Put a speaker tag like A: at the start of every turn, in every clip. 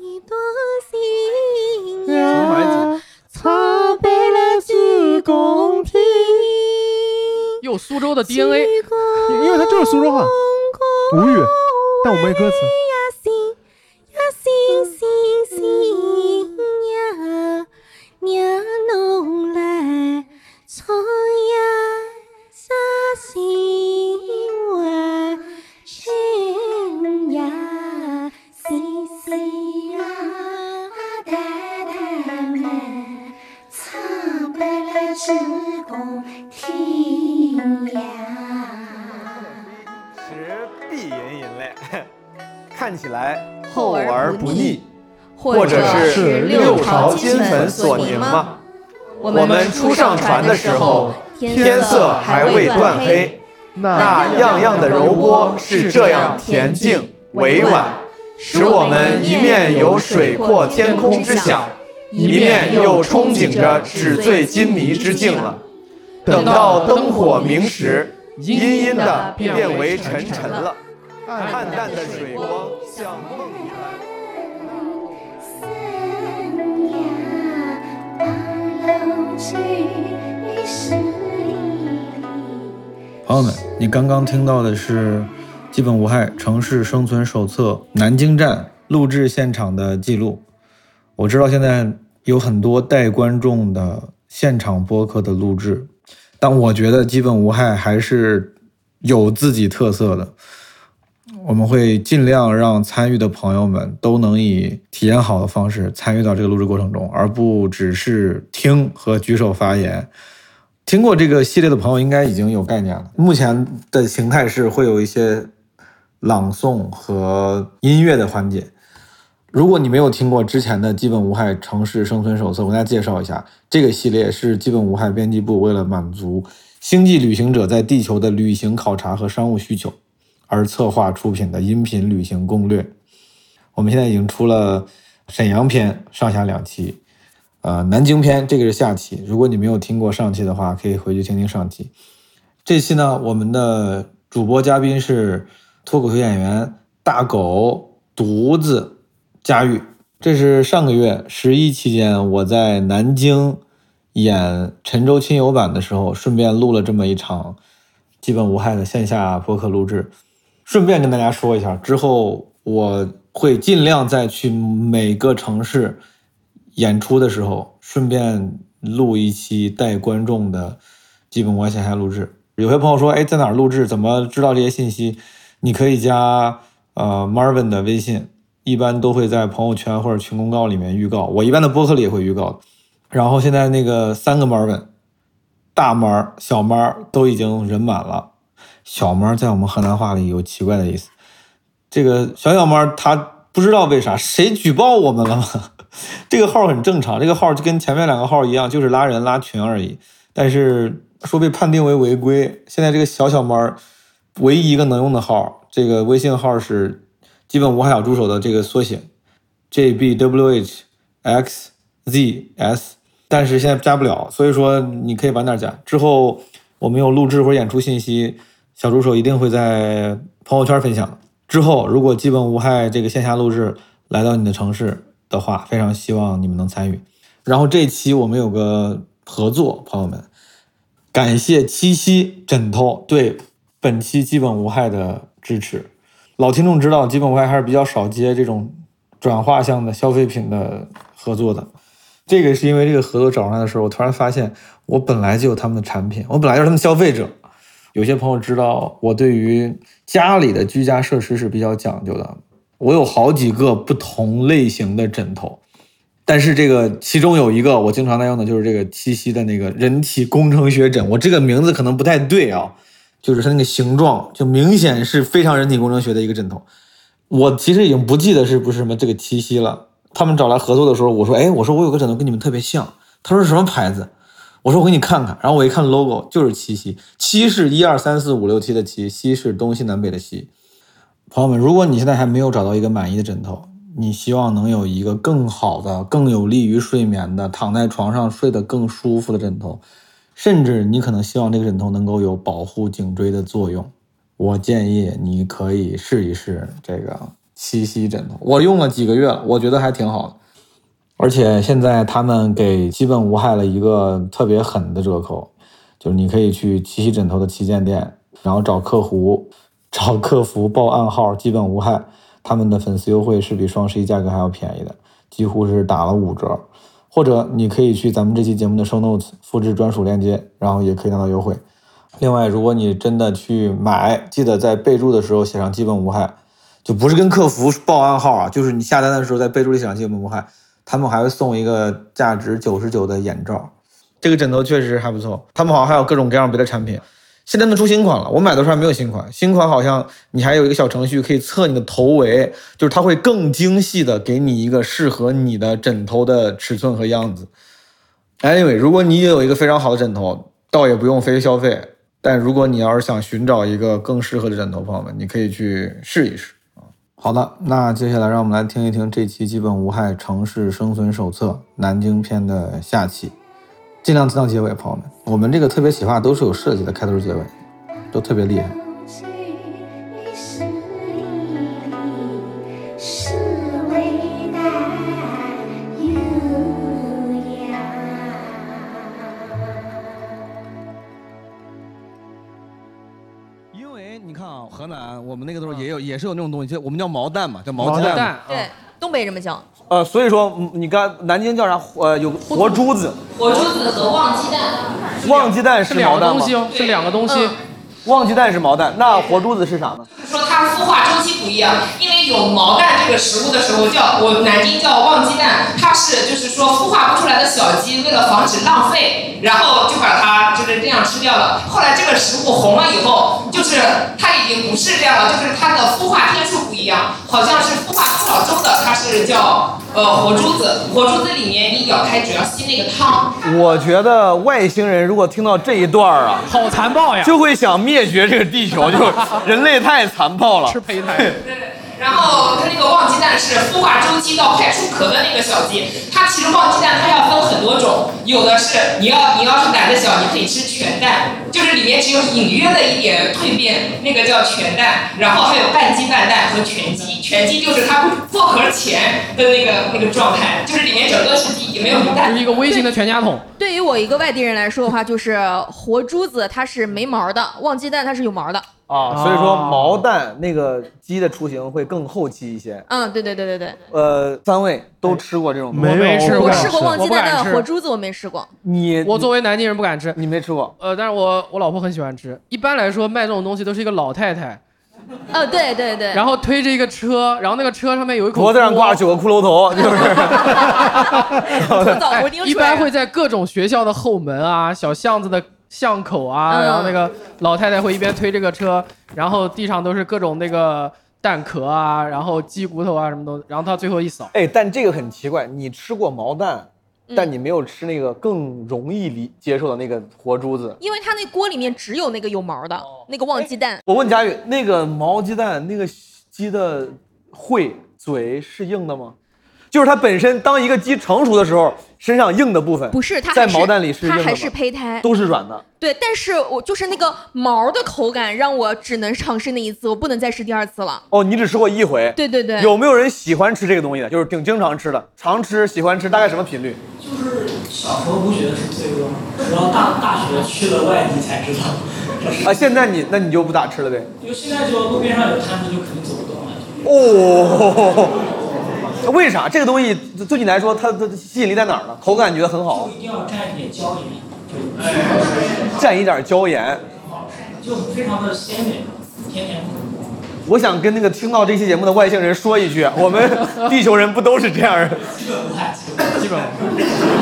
A: 一朵新
B: 什么
A: 芽
B: 玩
A: 苍白了几公顷。
C: 有苏州的 DNA，
B: 因为因为它就是苏州话
A: 公公
B: 吴语但我没歌词
A: 呀心呀心心心呀，娘侬来唱呀啥心话，心呀心心呀哒哒嘛，唱不了只公听呀。
D: 其实必饮饮类，看起来
E: 厚而不腻，
D: 或者
B: 者
D: 是
B: 是
D: 六
B: 六
D: 朝
B: 朝
D: 金
B: 金
D: 粉
B: 粉
D: 所
E: 所
D: 凝
E: 凝
D: 吗
E: 吗？
D: 我
E: 我
D: 们初上船的时候，天色还未断黑，那样样的柔波是这样恬静委婉，使我们一面有水阔天空之想，一面又憧憬着纸醉金迷之境了。等到灯火明时，阴阴的变为沉沉了，
B: 暗
D: 暗淡的水光像梦一般。
A: 三呀，大楼居于十里。
F: 朋友们，你刚刚听到的是《基本无害城市生存手册》南京站录制现场的记录。我知道现在有很多带观众的现场播客的录制，但我觉得《基本无害》还是有自己特色的。我们会尽量让参与的朋友们都能以体验好的方式参与到这个录制过程中，而不只是听和举手发言。听过这个系列的朋友应该已经有概念了。目前的形态是会有一些朗诵和音乐的环节。如果你没有听过之前的《基本无害城市生存手册》，我跟大家介绍一下，这个系列是基本无害编辑部为了满足星际旅行者在地球的旅行考察和商务需求而策划出品的音频旅行攻略。我们现在已经出了沈阳篇上下两期，呃，南京篇这个是下期，如果你没有听过上期的话，可以回去听听上期。这期呢，我们的主播嘉宾是脱口秀演员大狗、犊子、佳玉。这是上个月十一期间，我在南京演陈州亲友版的时候，顺便录了这么一场基本无害的线下播客录制。顺便跟大家说一下，之后我会尽量在去每个城市演出的时候，顺便录一期带观众的基本无线下录制。有些朋友说，哎，在哪儿录制？怎么知道这些信息？你可以加呃 Marvin 的微信，一般都会在朋友圈或者群公告里面预告。我一般的播客里也会预告的。然后现在那个三个 Marvin，大 Mar、小 Mar 都已经人满了。小猫在我们河南话里有奇怪的意思。这个小小猫它不知道为啥，谁举报我们了吗？这个号很正常，这个号就跟前面两个号一样，就是拉人拉群而已。但是说被判定为违规，现在这个小小猫唯一一个能用的号，这个微信号是基本无害小助手的这个缩写 J B W H X Z S，但是现在加不了，所以说你可以晚点加。之后我们有录制或者演出信息，小助手一定会在朋友圈分享。之后如果基本无害这个线下录制来到你的城市的话，非常希望你们能参与。然后这一期我们有个合作，朋友们，感谢七夕枕头对本期基本无害的支持。老听众知道，基本无害还是比较少接这种转化向的消费品的合作的。这个是因为这个合作找上来的时候，我突然发现我本来就有他们的产品，我本来就是他们消费者。有些朋友知道我对于家里的居家设施是比较讲究的，我有好几个不同类型的枕头，但是这个其中有一个我经常在用的就是这个七夕的那个人体工程学枕，我这个名字可能不太对啊，就是它那个形状就明显是非常人体工程学的一个枕头。我其实已经不记得是不是什么这个七夕了。他们找来合作的时候，我说：“哎，我说我有个枕头跟你们特别像。”他说：“什么牌子？”我说：“我给你看看。”然后我一看 logo，就是七夕，七是一二三四五六七的七，西是东西南北的西。朋友们，如果你现在还没有找到一个满意的枕头，你希望能有一个更好的、更有利于睡眠的、躺在床上睡得更舒服的枕头，甚至你可能希望这个枕头能够有保护颈椎的作用，我建议你可以试一试这个七夕枕头，我用了几个月了，我觉得还挺好的。而且现在他们给基本无害了一个特别狠的折扣，就是你可以去七夕枕头的旗舰店，然后找客服，找客服报暗号“基本无害”，他们的粉丝优惠是比双十一价格还要便宜的，几乎是打了五折。或者你可以去咱们这期节目的 show notes 复制专属链接，然后也可以拿到优惠。另外，如果你真的去买，记得在备注的时候写上“基本无害”，就不是跟客服报暗号啊，就是你下单的时候在备注里写上“基本无害”，他们还会送一个价值九十九的眼罩。这个枕头确实还不错，他们好像还有各种各样别的产品。现在他们出新款了，我买的时候还没有新款，新款好像你还有一个小程序可以测你的头围，就是它会更精细的给你一个适合你的枕头的尺寸和样子。Anyway，如果你也有一个非常好的枕头，倒也不用非消费。但如果你要是想寻找一个更适合的枕头，朋友们，你可以去试一试啊。好的，那接下来让我们来听一听这期《基本无害城市生存手册》南京篇的下期。尽量听到结尾，朋友们，我们这个特别企划都是有设计的，开头结尾都特别厉害。因为你看啊，河南我们那个时候也有，也是有那种东西，就我们叫毛蛋嘛，叫毛
C: 啊毛
F: 鸡蛋。
C: 蛋，啊
G: 对，东北这么叫。
F: 呃，所以说嗯你刚南京叫啥？呃，有活珠子，
H: 火珠子和旺鸡蛋，
F: 旺鸡蛋
C: 是
F: 是
C: 两
F: 毛
C: 个
F: 蛋
C: 东
F: 吗？
C: 西哦，是两个东西。
F: 旺鸡蛋是毛蛋，那活珠子是啥呢？
H: 说它孵化周期不一样，因为有毛蛋这个食物的时候叫我南京叫旺鸡蛋，它是就是说孵化不出来的小鸡，为了防止浪费，然后就把它啊就是这样吃掉了。后来这个食物红了以后，就是它已经不是这样了，就是它的孵化天数不一样，好像是孵化多少周的，它是叫呃活珠子。活珠子里面你咬开只要吸那个汤，
F: 我觉得外星人如果听到这一段儿啊，
C: 好残暴呀！
F: 就会想灭绝这个地球，就是人类太残暴了
C: 吃。胚胎，
H: 然后它那个旺鸡蛋是孵化周期到快出壳的那个小鸡，它其实旺鸡蛋它要分很多种，有的是你要你要是胆子小，你可以吃全蛋，就是里面只有隐约的一点蜕变，那个叫全蛋，然后还有半鸡半蛋和全鸡，全鸡就是它破壳前的那个那个状态，就是里面整个是鸡，也没有蛋
C: 就。是一个微型的全家桶，
G: 对于我一个外地人来说的话，就是活珠子它是没毛的，旺鸡蛋它是有毛的。
C: 啊
D: 啊，所以说毛蛋那个鸡的雏形会更后期一些。
G: 嗯，对对对对对，
D: 呃，三位都吃过这种吗？
B: 没有，
C: 没吃
B: 不
C: 过
G: 我
B: 敢
G: 试过旺
C: 我
G: 鸡蛋，
C: 不敢
G: 但
C: 吃
G: 活珠子我没试过。
D: 你
C: 我作为南京人不敢吃。
D: 你没吃过？
C: 呃，但是我我老婆很喜欢吃。一般来说，卖这种东西都是一个老太太，
G: 哦，对对对，
C: 然后推着一个车，然后那个车上面有一口
D: 脖子上挂
C: 锅
D: 着九个骷髅头，
G: 嗯
D: 就是，
G: 后早我拎
C: 哎一
G: 出来
C: 般会在各种学校的后门啊、小巷子的巷口啊，
G: 嗯
C: 然后那个老太太会一边推这个车，然后地上都是各种那个蛋壳啊，然后鸡骨头啊什么东西，然后她最后一扫
D: 哎，但这个很奇怪，你吃过毛蛋， 但
G: 嗯
D: 你没有吃那个更容易理接受的那个活珠子。
G: 因为它那锅里面只有那个有毛的那个旺鸡蛋，
D: 我问佳宇，那个毛鸡蛋那个鸡的喙嘴是硬的吗？就是它本身当一个鸡成熟的时候，身上硬的部分
G: 不是它
D: 在
G: 还是
D: 毛蛋里是硬
G: 它
D: 的
G: 还是
D: 吗？
G: 胚胎。
D: 都是软的。
G: 对，但是我就是那个毛的口感让我只能尝试那一次，我不能再吃第二次了。
D: 哦，你只吃过一回。
G: 对对对，
D: 有没有人喜欢吃这个东西的？就是挺经常吃的，常吃、喜欢吃，大概什么频率？
I: 就是小时候不觉得是罪恶，直到大大学去了外地才知道，这是
D: 啊，现在你那你就不咋吃了呗？
I: 因为现在就路边上有摊子就肯定走不动了。
D: 哦， 为啥这个东西对你来说它的吸引力在哪儿呢？口感觉得很好
I: 就，一定要蘸一点椒盐，
D: 蘸一点椒盐。
I: 就就非常的鲜美，甜甜的。
D: 我想跟那个听到这期节目的外星人说一句，我们地球人不都是这样儿？
C: 基本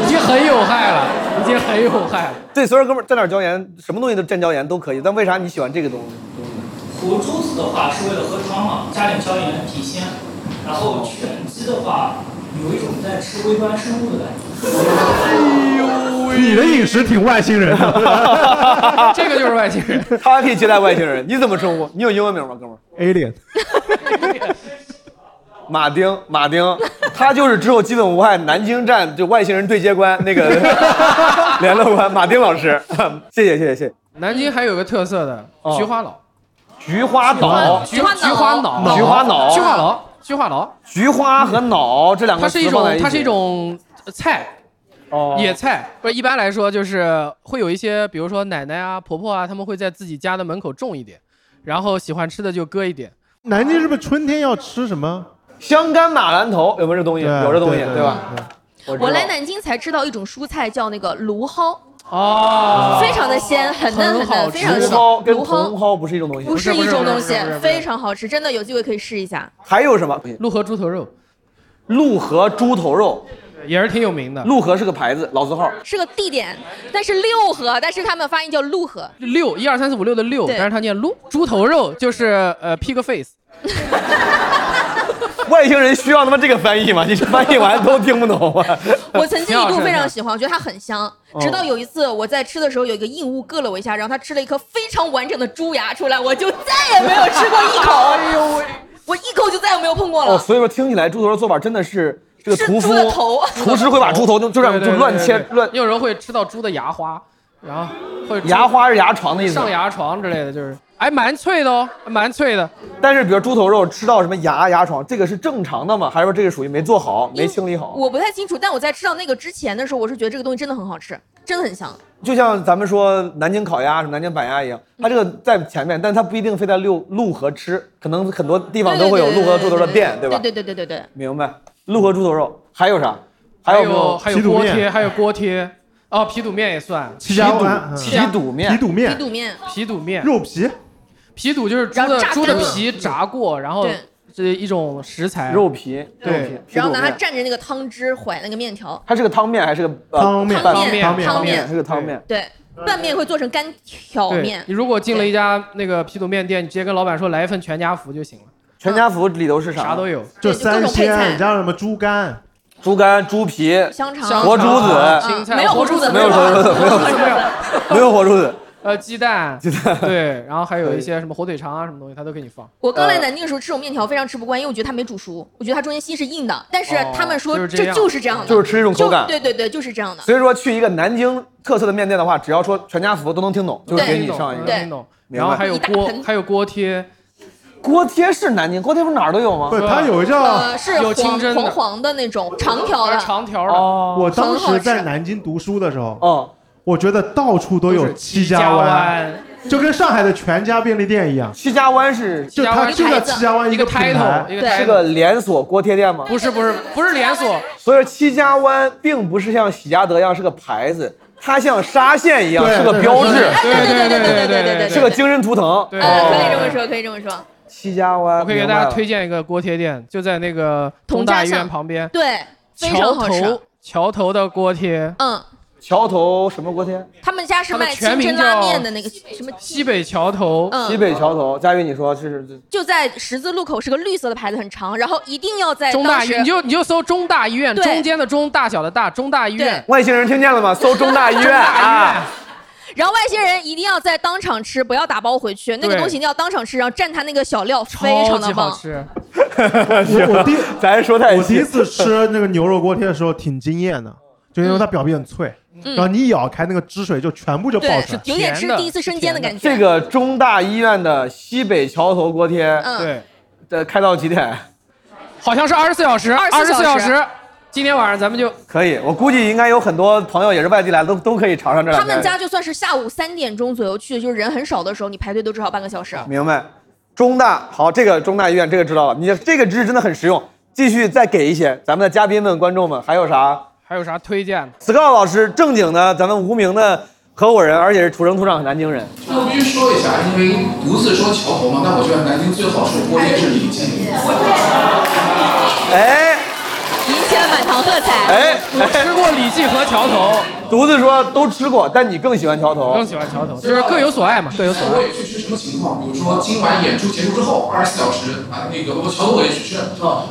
C: 已经很有害了，已经很有害了。
D: 对，所以说哥们儿蘸点椒盐，什么东西都蘸椒盐都可以。但为啥你喜欢这个东西？
I: 活珠子的话是为了喝汤嘛，加点椒盐提鲜。然后全鸡的话，有一种在吃微观生物的感觉。
B: 你的饮食挺外星人 的
C: 这个就是外星人，
D: 他还可以接待外星人，你怎么称呼？你有英文名吗，哥们儿？
B: ，alien。
D: 马丁，马丁， 他就是只有基本无害南京站就外星人对接官那个联络官马丁老师， 谢谢谢谢谢谢。
C: 南京还有个特色的
D: 哦
C: 菊花脑，
D: 菊花岛，
G: 菊花脑
C: 菊花脑，
D: 菊花脑
C: 菊花脑，菊花脑，
D: 菊花和脑这两个
C: 它是一
D: 词放在
C: 种
D: 一起
C: 它是一种菜，
D: 哦
C: 野菜。不是一般来说就是会有一些，比如说奶奶啊、婆婆啊，他们会在自己家的门口种一点，然后喜欢吃的就割一点。
B: 南京是不是春天要吃什么？
D: 香干马兰头有没有这东西？
B: 对
D: 有这东西，
B: 对对
D: 吧？
G: 我来南京才知道一种蔬菜叫那个芦蒿，
C: 哦
G: 非常的鲜，很嫩啊很嫩，非常
D: 芦
G: 鲜。
D: 蒿跟
G: 芦
D: 茼
G: 蒿
D: 蒿不是一种东西，
G: 不是一种东西，非
D: 常。
G: 常好吃，真的有机会可以试一下。
D: 还有什么？
C: 陆河猪头肉，
D: 陆河猪头肉
C: 也是挺有名的。
D: 陆河是个牌子，老字号。
G: 是个地点，但是六合，但是他们发音叫陆河。
C: 六一二三四五六的六，
G: 对
C: 但是它念鹿。猪头肉就是呃 pig face，
D: 外星人需要他妈这个翻译吗？你这翻译完都听不懂啊！
G: 我曾经一度非常喜
D: 欢。
G: 欢，我觉得它很香。
D: 哦
G: 直到有一次我在吃的时候，有一个硬物硌了我一下，然后它吃了一颗非常完整的猪牙出来，我就再也没有吃过一 口。哎呦喂！我一口就再也没有碰过
D: 哦，
G: 了。
D: 所以说听起来猪头的做法真的是这个屠
G: 是
D: 夫
G: 猪的头
D: 厨师会把猪头就就这样
C: 对对
D: 就乱
C: 对
D: 切
C: 对对
D: 乱，
C: 有时候会吃到猪的牙花，然后会吃
D: 牙花是牙床的意思。
C: 上牙床之类的，就是哎蛮脆的哦，蛮脆的。
D: 但是比如猪头肉吃到什么牙牙床，这个是正常的吗？还是说这个属于没做好、没清理好？
G: 我不太清楚，但我在吃到那个之前的时候，我是觉得这个东西真的很好吃，真的很香。
D: 就像咱们说南京烤鸭、什么南京板鸭一样，它这个在前面，但它不一定非在六陆河吃，可能很多地方都会有陆河猪头肉店，对吧？
G: 对对对对对。
D: 明白。陆河猪头肉还有啥？还
C: 还
D: 有没有
C: 有还有锅贴，还有锅贴，哦，皮肚面也算，
D: 皮肚皮肚面皮肚面皮
G: 肚面，
C: 皮肚面，
B: 肉皮，
C: 皮肚就是猪
G: 然后
C: 的
G: 炸
C: 猪的
G: 干了
C: 皮炸过，然后
G: 对
C: 这一种食材，
D: 肉皮，肉皮
C: 对，
D: 皮
G: 然
D: 肚
G: 后拿它
D: 面。
G: 蘸着那个汤汁怀那个面条，
D: 它是个汤面还是个呃
B: 汤面
D: 拌
G: 汤面
D: 汤
G: 汤面
D: 面是个汤面。
G: 对，拌面会做成干条
C: 对
G: 面，
C: 你。如果进了一家那个皮肚面店，你直接跟老板说来一份全家福就行了，
D: 全家福里头是啥？
C: 啥都有，
B: 就
G: 对就各
B: 三
G: 种配菜
B: 鲜，你知道什么猪肝、
D: 猪肝、猪皮、
G: 香肠、
C: 香
D: 活猪子，
C: 青菜
G: 没有
C: 活
G: 活
C: 猪
G: 猪
C: 子
G: 子，
D: 啊没有活猪子，没有活猪子，没有活猪子。
C: 呃，鸡蛋，鸡蛋，对，然后还有一些什么火腿肠啊，什么东西，他都给你放，
G: 我
D: 呃
G: 刚来南京的时候吃我面条非常吃不惯，因为我觉得它没煮熟，我觉得它中间心是硬的。但是
D: 哦
G: 他们说
C: 就是这
G: 这
C: 样
G: 就是这样的，
D: 就是吃一种口感
G: 对对对，就是这样的。
D: 所以说去一个南京特色的面店的话，只要说全家福都能听懂，就是
G: 对
D: 给你上一
C: 能
D: 个。
G: 对
C: 听懂。
D: 明
C: 然
D: 白
C: 后还有
G: 一大
C: 锅，
G: 盆
C: 还有锅贴，
D: 锅贴是南京，锅贴不是哪儿都有吗
B: 不？是，它有一叫。
G: 呃，是
C: 有清
G: 黄
C: 蒸的
G: 黄黄的那种长条
C: 还有
G: 的，
C: 长条的，
D: 哦
B: 我当
G: 很好
B: 时
G: 吃
B: 在南京读书的时候，
D: 哦，
B: 我觉得到处都有七家湾，
C: 湾，
B: 就跟上海的全家便利店一样，
D: 七家湾是
B: 就它
C: 七
B: 就
C: 家
B: 叫
G: 湾
B: 七家湾
C: 一
B: 一
C: 个
B: 个品
C: title，
B: 牌
C: 一，个
G: 对
C: title，
D: 是个连锁锅贴店吗？
C: 不是不是不是连锁，
D: 所以说七家湾并不是像喜家德一样是个牌子，它像沙县一样
B: 对
D: 是个标志，
G: 哎对对对对对对对对，
D: 是个精神图腾。
C: 对
G: 呃，可以这么说，可以这么说。
D: 七家湾，
C: 我可以给大
D: 明白
C: 家
D: 了
C: 推荐一个锅贴店，就在那个东大医院旁边，
G: 对，非
C: 桥
G: 常好吃
C: 头。桥头的锅贴，
G: 嗯，
D: 桥头什么锅贴？
G: 他们家是
C: 它的
G: 卖清
C: 全名
G: 蒸拉
C: 叫
G: 面的那个什么，
C: 西北桥头，
D: 西
G: 嗯，
D: 北桥头，佳宇，你说是是
G: 就在十字路口，是个绿色的牌子，很长，然后一定要在
C: 中
G: 哎当
C: 大医
G: 时
C: 院，你就你就搜中大医院，
G: 对
C: 中间的中，大小的大，中大医院，
D: 外星人听见了吗？搜中大 医院啊！
G: 然后外星人一定要在当场吃，不要打包回去，那个
C: 对
G: 东西一定要当场吃，然后蘸它那个小料，非
C: 超
G: 常
C: 级
G: 的
C: 好
G: 棒。
C: 吃，
B: 我我第
D: 咱说太
B: 我第
D: 细
B: 一次吃那个牛肉锅贴的时候挺惊艳的，
G: 嗯
B: 就因为它表皮很脆，然后你一咬开那个汁水就全部就爆
G: 对
B: 出来，，
G: 有点
C: 甜
G: 吃
C: 的
G: 第一次
C: 是
G: 生煎的
C: 甜的
G: 感觉。
D: 这个中大医院的西北桥头锅贴
G: 嗯，
C: 对，
D: 的开到几点？
C: 好像是二十四小时，二十
G: 24
C: 四小
G: 小时
C: 时，今天晚上咱们就
D: 可以，我估计应该有很多朋友也是外地来的，都都可以尝尝这两
G: 他
D: 家。
G: 们家就算是下午三点钟左右去，就是人很少的时候，你排队都至少半个小时。
D: 明白。中大好，这个中大医院这个知道了，你这个知识真的很实用。继续再给一些咱们的嘉宾们、观众们，还有啥
C: 还有啥推荐的？
D: ？Scout 老师正经的，咱们无名的合伙人，而且是土生土长的南京人。
J: 我必须说一下，啊因为独自说桥头嘛，但我觉得南京最好吃的锅贴是李记。
D: 哎
G: 引起了满堂喝彩。
D: 哎
C: 我吃
D: 哎，
C: 过李记和桥头，
D: 独自说都吃过，但你更喜欢桥
C: 我
D: 头
C: 更。喜欢桥头，就是各有所爱嘛，各有所
J: 我
C: 爱。
J: 也去吃什么情况？比如说今晚演出结束之后，二十四小时啊，那个我桥头我也去吃。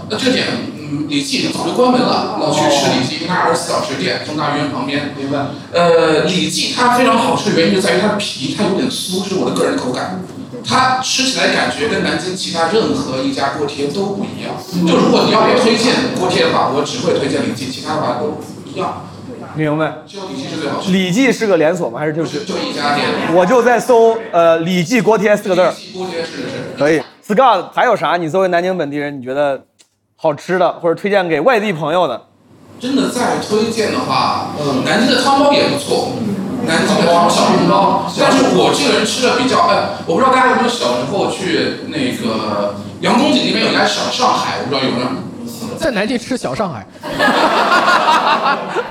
J: 那这点，嗯，李记早就关门了，要去吃李记，因为它二十四小时店，中大医院旁边。明白。呃，李记它非常好吃的原因就在于它的皮，它有点酥，是我的个人口感。它吃起来感觉跟南京其他任何一家锅贴都不一样。就如果你要我推荐锅贴的话，我只会推荐李记，其他的话都不一样。
D: 明白。
J: 只有李记是最好吃的，
D: 李记是个连锁吗？还是就是？
J: 就一家店。
D: 我就在搜呃李记锅贴四个字儿。
J: 李记锅贴是是。
D: 可以。Scott，还有啥？你作为南京本地人，你觉得好吃的，或者推荐给外地朋友的？
J: 真的再推荐的话，南京的汤包也不错，南京嗯的汤小笼包。但是我这个人吃的比较，哎，我不知道大家有没有小时候去那个杨公井那边有家小上海，我不知道有没有。
C: 在南京吃小上海，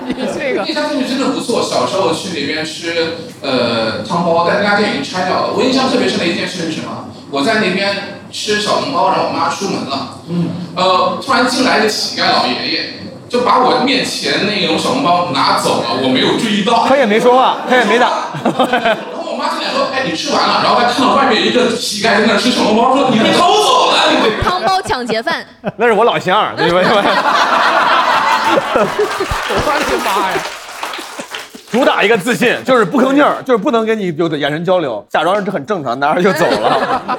C: 你这个
J: 那家店真的不错，小时候去里面吃呃汤包，但那家店已经拆掉了。我印象特别深的一件事是什么？我在那边吃小笼包，然后我妈出门了，
K: 嗯，
J: 呃，突然进来一个乞丐老爷爷，就把我面前那种小笼包拿走了，我没有注意到。
D: 他也没说话，他也没打。
J: 我妈进来说：“哎，你吃完了。”然后她看到外面一个乞丐在那吃小笼包，说：“你被偷走了！”你被
G: 汤包抢劫犯，
D: 那是我老乡儿，对吧？
C: 我的妈呀！
D: 主打一个自信，就是不吭气儿，就是不能跟你有的眼神交流，假装这很正常，拿着就走 了。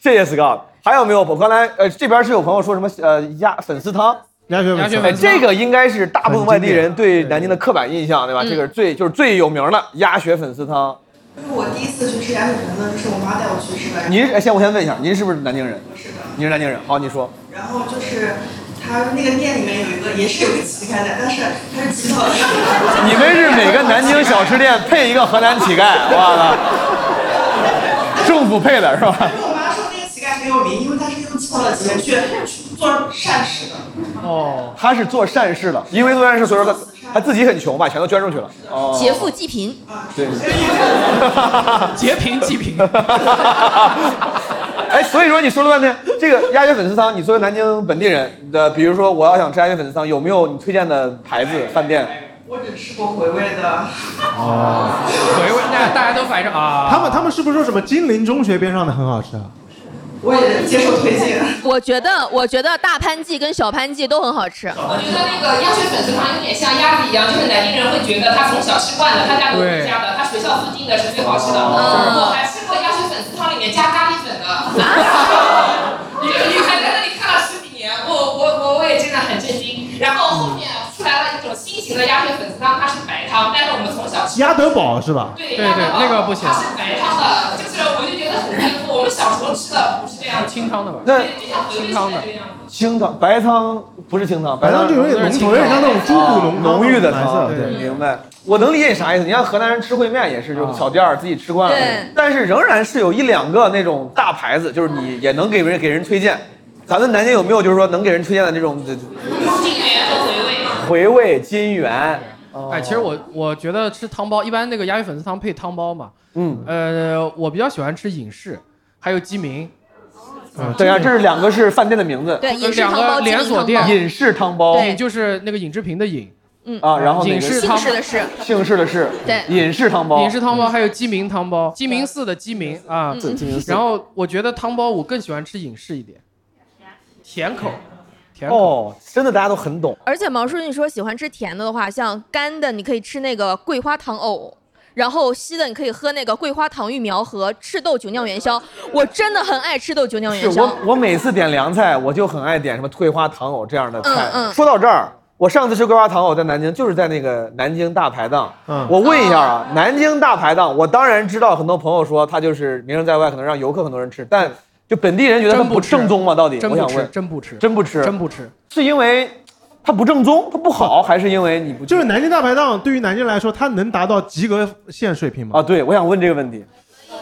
D: 谢谢 Scott。还有没有？我刚才呃这边是有朋友说什么呃鸭粉丝汤，
B: 鸭血
C: 粉丝汤鸭血
D: 哎
C: 粉丝汤
D: 这个应该是大部分外地人
B: 很
D: 对南京的刻板印象，对吧？
C: 嗯
D: 这个是最就是最有名的鸭血粉丝汤。
L: 就是我第一次去吃鸭血粉丝，是我妈带我去吃的。
D: 您哎先我先问一下，您是不是南京人？
L: 是的。
D: 您是南京人，好，你说。
L: 然后就是他那个店里面有一个，也是有一个乞丐的，但是他是乞讨的。
D: 你们是每个南京小吃店配一个河南乞丐，哇了，政府配的是吧？
L: 我妈说那个乞丐很有名，因为他是用乞讨的钱去去做善事的。
D: 哦，他是做善事的，因为做善事，所以说他他自己很穷吧，全都捐出去了。哦，
G: 劫富济贫。
D: 对，
C: 劫贫济贫。
D: 哎，所以说你说了半天，这个鸭血粉丝汤，你作为南京本地人的，比如说我要想吃鸭血粉丝汤，有没有你推荐的牌子、饭店？
L: 我只吃过回味的，
C: 回味，那大家都反正啊，
B: 他们他们是不是说什么金陵中学边上的很好吃啊？
L: 我也接受推荐。
G: 我觉得，我觉得大潘记跟小潘记都很好吃。
H: 我觉得那个鸭血粉丝汤有点像鸭子一样，就是南京人会觉得他从小吃惯了，他家楼底下的，他学校附近的是最好吃的。
K: 嗯
H: 我还吃过鸭血粉丝汤里面加咖喱粉的，你你还在那里看了十几年，我我我我也真的很震惊。然后后面出来了一种新型的鸭血粉丝汤，它是白汤，但是我们从小吃
B: 鸭德堡是吧？
H: 对鸭蛋糕它是白汤的，就是我就觉得很颠覆，我们小时候吃的不是这样的，
C: 清汤的吧？
D: 那
H: 清汤的。
D: 清汤白汤不是清汤，啊
B: 白汤就有点浓稠有点像那种猪骨浓汤
D: 浓郁的
B: 白色
D: 汤。
B: 的对
D: 明白。我能理解你啥意思。你看河南人吃烩面也是，
C: 啊
D: 就是小店儿自己吃惯了
G: 对，
D: 但是仍然是有一两个那种大牌子，就是你也能给人给人推荐。咱们南京有没有就是说能给人推荐的这种
H: 金源和回味。
D: 回味金源？
C: 哎，其实我我觉得吃汤包，一般那个鸭血粉丝汤配汤包嘛。
D: 嗯，
C: 呃，我比较喜欢吃隐士，还有鸡鸣。
D: 嗯等一下，这是两个是饭店的名字，
G: 对
C: 呃啊两个连锁店，
D: 隐士汤包
C: 隐就是那个尹志平的尹，
G: 嗯
D: 哦啊，然后哪
C: 隐
D: 个
C: 士汤
G: 是的是，
D: 姓氏的氏，
G: 对
D: 隐士汤包，
C: 隐氏汤包，还有鸡鸣汤包，鸡鸣寺的鸡鸣啊
D: 对鸡鸣，寺
C: 然后我觉得汤包我更喜欢吃隐士一点，甜口，甜口。
D: 哦，真的大家都很懂。
G: 而且毛叔，你说喜欢吃甜的的话，像干的你可以吃那个桂花糖藕，然后稀的你可以喝那个桂花糖芋苗和赤豆酒酿元宵。我真的很爱吃豆酒酿
D: 是
G: 元
D: 我
G: 宵。
D: 我每次点凉菜，我就很爱点什么桂花糖藕这样的菜。
G: 嗯嗯
D: 说到这儿，我上次吃桂花糖藕在南京，就是在那个南京大排档。
B: 嗯
D: 我问一下啊，
G: 哦
D: 南京大排档，我当然知道，很多朋友说它就是名声在外，可能让游客很多人吃，但就本地人觉得它
C: 真不吃
D: 正宗吗？到底
C: 真
D: 我
C: 不
D: 想
C: 吃，
D: 问，
C: 真不吃，
D: 真不吃，
C: 真不吃。
D: 是因为它不正宗，它不
C: 嗯
D: 好，还是因为哎你不
B: 就是南京大排档，对于南京来说，它能达到及格线水平吗？
D: 啊？对，我想问这个问题。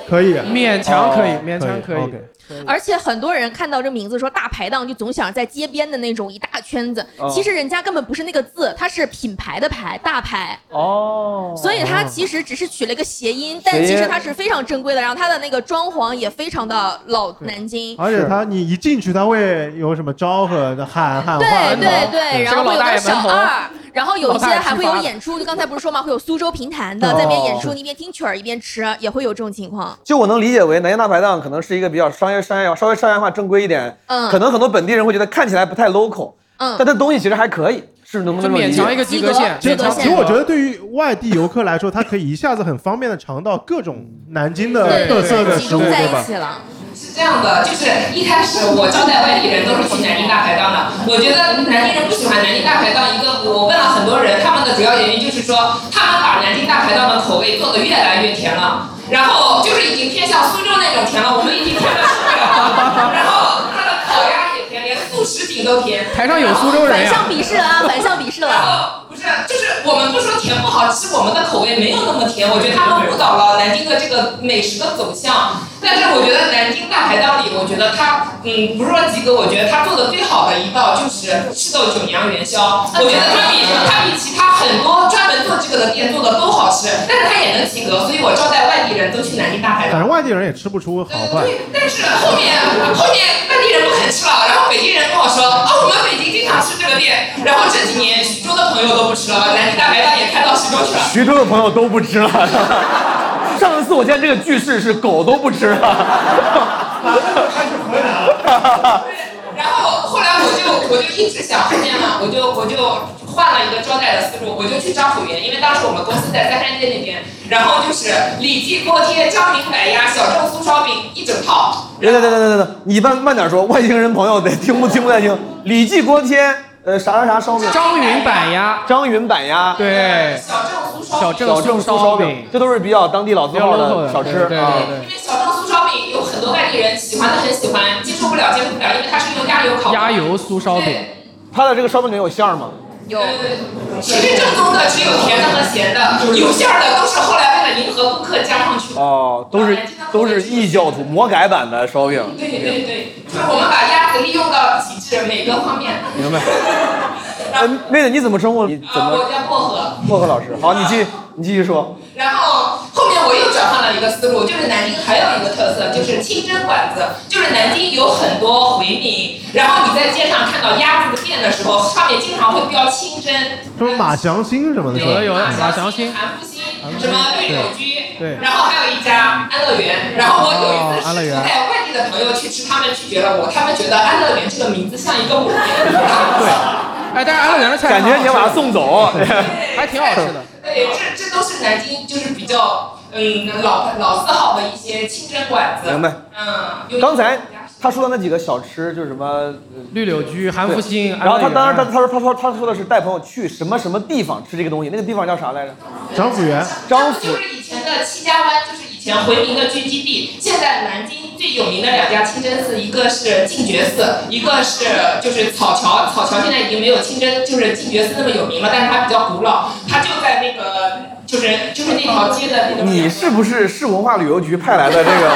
B: 可以，
C: 勉强可以
B: 哦
C: 勉强可以
B: OK
C: 嗯
G: 而且很多人看到这名字说大排档，就总想在街边的那种一大圈子
D: 哦。
G: 其实人家根本不是那个字，它是品牌的牌，大牌。
D: 哦，
G: 所以它其实只是取了一个谐音，但其实它是非常珍贵的。然后它的那个装潢也非常的老南京，
B: 而且它你一进去，它会有什么招呼、喊喊话
G: 对
B: 什么
G: 对对，然后会有那个小二，然后有一些还会有演出。就刚才不是说嘛，会有苏州评弹的，
D: 哦
G: 在那边演出，你一边听曲儿一边吃，也会有这种情况。
D: 就我能理解为南京大排档可能是一个比较商业商业稍微商业化正规一点，
G: 嗯
D: 可能很多本地人会觉得看起来不太 local，
G: 嗯
D: 但这东西其实还可以，是能不能
C: 就勉强一个及格线
B: 其实
C: 及格
B: 其
C: 线
B: 实我觉得对于外地游客来说，他可以一下子很方便的尝到各种南京的特色的食物，对吧？
G: 了。
H: 是这样的，就是一开始我招待外地人都是去南京大排档的。我觉得南京人不喜欢南京大排档，一个我问了很多人，他们的主要原因就是说，他们把南京大排档的口味做得越来越甜了，然后就是已经偏向苏州那种甜了，我们已经看得出来了。然后它的烤鸭也甜，连苏副食品都甜。
C: 台上有苏州人呀
H: 然后
G: 反向鄙视了啊反向鄙视了
H: 然后不是，就是我们不说甜不好吃，我们的口味没有那么甜。我觉得他们误导了南京的这个美食的走向。但是我觉得南京大排档里，我觉得他嗯不是说及格，我觉得他做的最好的一道就是赤豆九娘元宵。我觉得他比他比其他很多专门做这个的店做的都好吃，但是他也能及格，所以我招待外地人都去南京大排档。
B: 反正外地人也吃不出好坏。
H: 但是后面后面外地人不肯吃了，然后北京人跟我说，啊、我们北京经常吃这个店，然后这几年徐州的朋友都不吃了，南京大排档也开到徐州去了。
D: 徐州的朋友都不吃了。 上次我见这个句式是狗都不吃了。
H: 然后后来我就我就一直想后面嘛，我就我就换了一个招待的思路，我就去张府园，因为当时我们公司在三山街那边，然后就是李记锅贴、张明白鸭、小郑酥烧饼一整套。
D: 等等等等等等，你慢慢点说，外星人朋友得听不听不太清。李记锅贴，呃，啥啥啥烧饼，
C: 张云板鸭，
D: 张云板鸭，
C: 对，小郑
D: 小
C: 酥
D: 郑酥
C: 烧
D: 烧饼，这都是比较当地老字号的小吃
C: 对对
D: 啊。
C: 对
H: 因为小郑酥烧饼有很多外地人喜欢的很喜欢，接受不了接受不了，因为它是用鸭油烤的。
C: 鸭油酥烧饼。
D: 它的这个烧饼里有馅儿吗？
H: 有，其实正宗的只有甜的和咸的，有馅儿的都是后来为了迎合顾客加上去的。
D: 哦，都是都是异教徒魔改版的烧饼。
H: 对对对，就是我们把鸭子利用到极致，每个方面。
D: 明白。呃，妹子你怎么称呼？你怎
H: 啊，
D: 么？
H: 我叫薄荷。
D: 薄荷老师，好，你继你继续说。
H: 然后后面我又转换了一个思路，就是南京还有一个特色，就是清真馆子。就是南京有很多回民，然后你在街上看到鸭子的店的时候，上面经常会标清真，
B: 什么马祥兴什么的，
C: 有的有的马祥
B: 兴，
H: 什么绿柳居，
B: 对
H: 然后还有一家安乐园。然后我有一
C: 哦
H: 次
C: 安乐
H: 是
C: 园
H: 带外地的朋友去吃，他们拒绝了我，他们觉得安乐园这个名字像一个母对，
C: 哎，但是安乐园的菜
D: 感觉你要把它 送走，
C: 还挺好吃的。
H: 对，这这都是南京就是比较嗯老老字号的一些清真馆子。
D: 明白。
H: 嗯，
D: 刚才他说的那几个小吃就是什么呃
C: 绿柳居韩复兴
D: 对然后他
C: 安乐园
D: 当时他他说他说他说的是带朋友去什么什么地方吃这个东西，那个地方叫啥来着？
B: 张府园。
D: 张府
H: 就是以前的戚家湾，就是以前回民的聚集地。现在南京最有名的两家清真寺，一个是净觉寺，一个是就是草桥。草桥现在已经没有清真，就是净觉寺那么有名了，但是它比较古老，它就在那个就是就是那条街的那个。
D: 你是不是市文化旅游局派来的这 个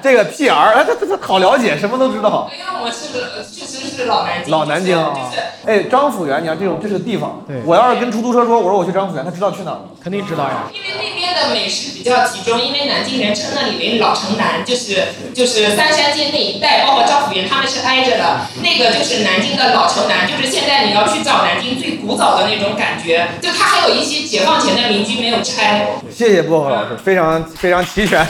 D: 这个 PR？哎，他他他好了解，什么都知道。
H: 因为我是呃确实是老南京，
D: 老南京啊
H: 就是，
D: 哎，张府园，你看这种这是个地方。我要是跟出租车说，我说我去张府园，他知道去哪儿吗？
C: 肯定知道呀。
H: 因为那边的美食比较集中，因为南京人称那里为老城南，就是就是三山街那一带，包括张府园，他们是挨着的。那个就是南京的老城南，就是现在你要去找南京最古早的那种感觉，就它还有一些解放前的民居没有拆。
D: 谢谢薄荷老师，非常非常齐全。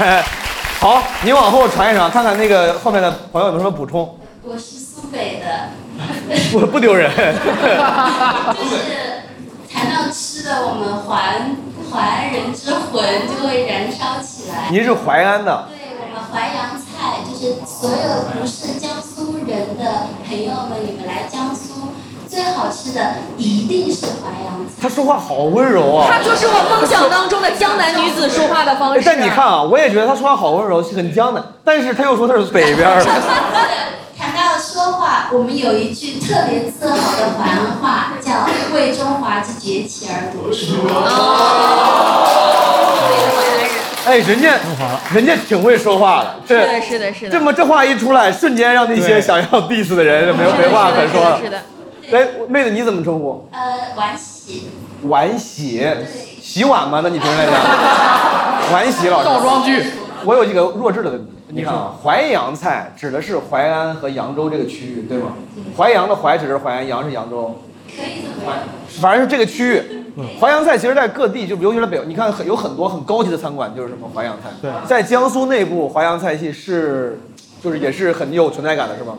D: 好，你往后传一传，看看那个后面的朋友有没有什么补充，
E: 我是苏北的，
D: 不不 丢人。
E: 就是谈到吃的，我们淮淮人之魂就会燃烧起来。
D: 您是淮安的，
E: 我们淮扬菜就是所有不是江苏人的朋友们，你们来江苏最好吃的一定是淮扬菜。
D: 他说话好温柔啊。
G: 她就是我梦想当中的江南女子说话的方式。
D: 但你看啊，我也觉得他说话好温柔，很江南，但是他又说他是 北边儿的。
E: 谈到说话，我们有一句特别自豪的淮安话，叫“为中华之崛起而读书”。
A: 哦
D: 哎，人家人家挺会说话的，
G: 是
D: 这
G: 的，是的，是的。
D: 这么这话一出来，瞬间让那些想要 diss 的人没有没话可说了
G: 是。的，
D: 哎，妹子你怎么称呼？
E: 呃，碗洗，
D: 碗洗，洗碗吗？那你平时来讲，碗洗老师。
E: 倒装句。
D: 我有一个弱智的问题，你看啊，淮扬菜指的是淮安和扬州这个区域，对吗？淮扬的淮指的是淮安，扬是扬州，反正是这个区域。淮扬菜其实在各地，就尤其是北，你看很有很多很高级的餐馆就是什么淮扬菜。
B: 对
D: 在江苏内部，淮扬菜系是，就是也是很有存在感的，是吗？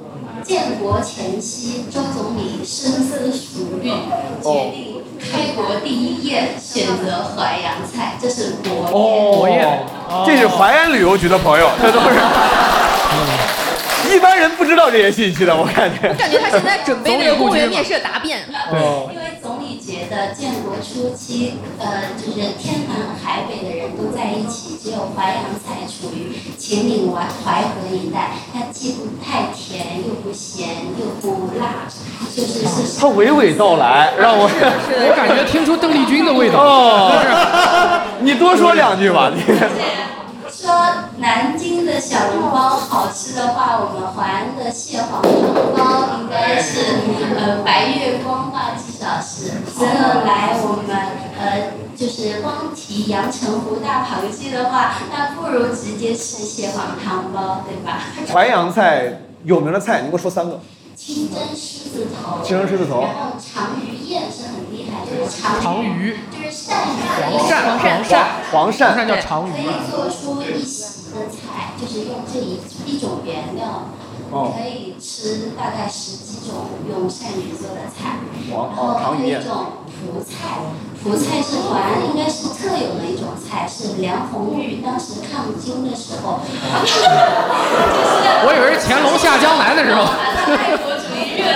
E: 建国前夕，周总理深思熟虑，
D: 哦
E: 决定开国第一宴选择淮扬菜，这是国宴。
D: 哦这是淮安旅游局的
C: 哦
D: 朋友，这都
C: 嗯
D: 是。一般人不知道这些信息的，我感觉。
G: 感觉她现在准备那个公务员面试的答辩。
D: 哦
E: 因为总理觉得建国初期，呃，就是天南海北的人都在一起，只有候，淮扬菜处于秦岭淮淮河一带，它既不太甜，又不咸，又不辣，就是是
D: 他娓娓道来，让我
C: 我感觉听出邓丽君的味道。
D: 哦，你多说两句吧，你。
E: 说南京的小笼包好吃的话，我们淮安的蟹黄汤包应该是呃白月光吧，至少是。之后来我们呃就是光提阳澄湖大螃蟹的话，那不如直接吃蟹黄汤包，对吧？
D: 淮扬菜有名的菜，你给我说三个。
E: 清蒸狮子头，
D: 清蒸狮子头
E: 然后长鱼宴是很厉害，就是长
D: 长
C: 鱼，
E: 就是鳝鱼，
C: 黄鳝，黄鳝，
D: 黄鳝，
C: 叫长鱼。
E: 可以做出一席的菜，就是用这一一种原料，
D: 哦
E: 可以吃大概十几种用鳝鱼做的菜，
D: 黄
E: 然
D: 哦
E: 后
D: 长
E: 还
D: 鱼
E: 有
D: 宴
E: 一种蒲菜，蒲菜是淮安应该是特有的一种菜，是梁红玉当时抗金的时候，
C: 我以为是乾隆下江南的时候。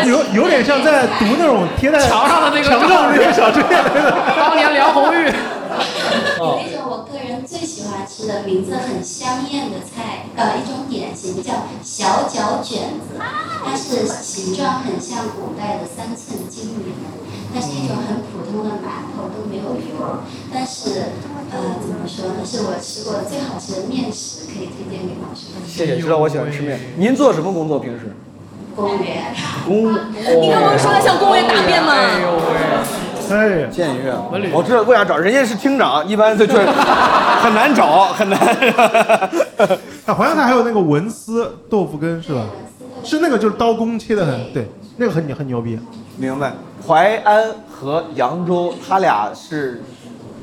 B: 有有点像在读那种贴在
C: 墙上的那个
B: 墙上的那个小志愿那个。
C: 当年梁红玉。
E: 有一种我个人最喜欢吃的名字很香艳的菜，呃，一种点心叫小脚卷子，它是形状很像古代的三寸金莲，它是一种很普通的馒头，都没有油，但是呃，怎么说呢，是我吃过最好吃的面食，可以推荐给老师。
D: 谢谢，知道我喜欢吃面。您做什么工作？平时？
E: 公园。
D: 公。
E: 你刚刚说的像公务员答辩吗
D: 哦哎呦喂！哎，监狱。我知道为啥找，人家是厅长，一般就就是 很难找，很难。
B: 啊，淮扬菜还有那个文思豆腐根是吧？是那个就是刀工切的很，对，那个很很牛逼。
D: 明白。淮安和扬州，他俩是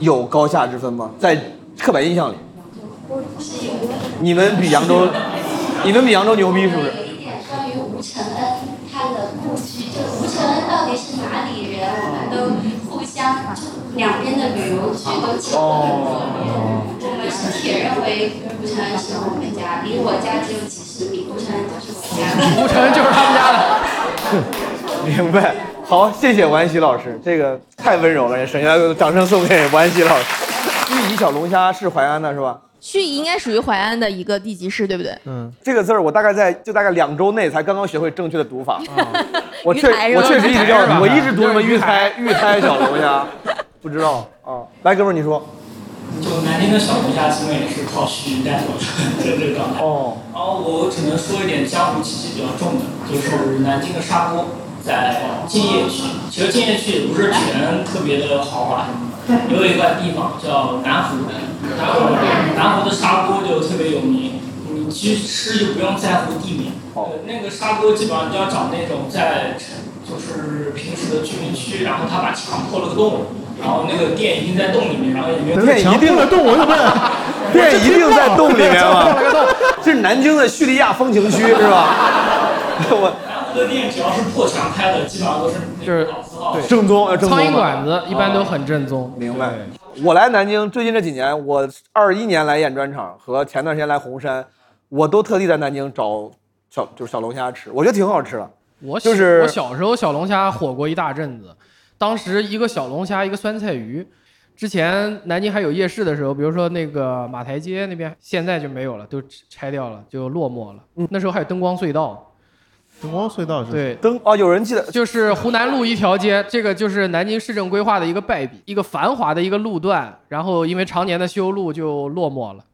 D: 有高下之分吗？在刻板印象里，你们比 扬州，你们比扬州牛逼是不是？
E: 关于吴承恩他的故居，就吴承恩到底是哪里人，我们都互相就两边的旅游区都请了很多人。我们是铁认为吴承恩是我们家，离我家只有几十米，吴承恩就是我家。
D: 吴承恩就是他们家的。明白。好，谢谢王安喜老师，这个太温柔了，这声音，来掌声送给 王安喜老师。盱眙小龙虾是淮安的是吧？
G: 盱眙应该属于淮安的一个地级市，对不对？
B: 嗯，
D: 这个字儿我大概在就大概两周内才刚刚学会正确的读法。 我确
G: 鱼台是吧
D: 我确实一直
C: 嗯鱼
D: 叫
C: 台是吧
D: 我一直读什
C: 就
D: 么
C: 是鱼
D: 玉
C: 台
D: 胎玉胎小 龙虾，不知道啊。来，哥们儿你说，
I: 就南京的小龙虾基本也是靠盱眙带火的 这个状态。
D: 哦。
I: 然后我只能说一点江湖气息比较重的，就是南京的砂锅，在建邺区。其实建邺区也不是全特别的豪华什么的，有一块地方叫南湖，然后南湖的砂锅就特别有名。你去吃就不用在乎地名，呃那个砂锅基本上就要找那种在就是平时的居民区，然后他把墙破了个洞，然后那个店已经在洞里面，然后也没有
D: 店一定洞， 我就问，店一定在洞里面吗？这是南京的叙利亚风情区是吧？ 我
I: 南湖的店只要是破墙开的，基本上都是
C: 就是
I: 对
D: 正宗，呃正宗
C: 苍
D: 的
C: 蝇馆子一般都很正宗。
D: 明白。我来南京最近这几年，我二一年来演专场和前段时间来红山，我都特地在南京找小就是小龙虾吃，我觉得挺好吃的。
C: 我小
D: 就是
C: 我小时候小龙虾火过一大阵子，当时一个小龙虾一个酸菜鱼。之前南京还有夜市的时候，比如说那个马台街那边，现在就没有了，都拆掉了，就落寞了。
D: 嗯
C: 那时候还有灯光隧道，
B: 灯光隧道是
C: 对
D: 灯哦，有人记得
C: 就是湖南路一条街，这个就是南京市政规划的一个败笔，一个繁华的一个路段，然后因为常年的修路就落寞了，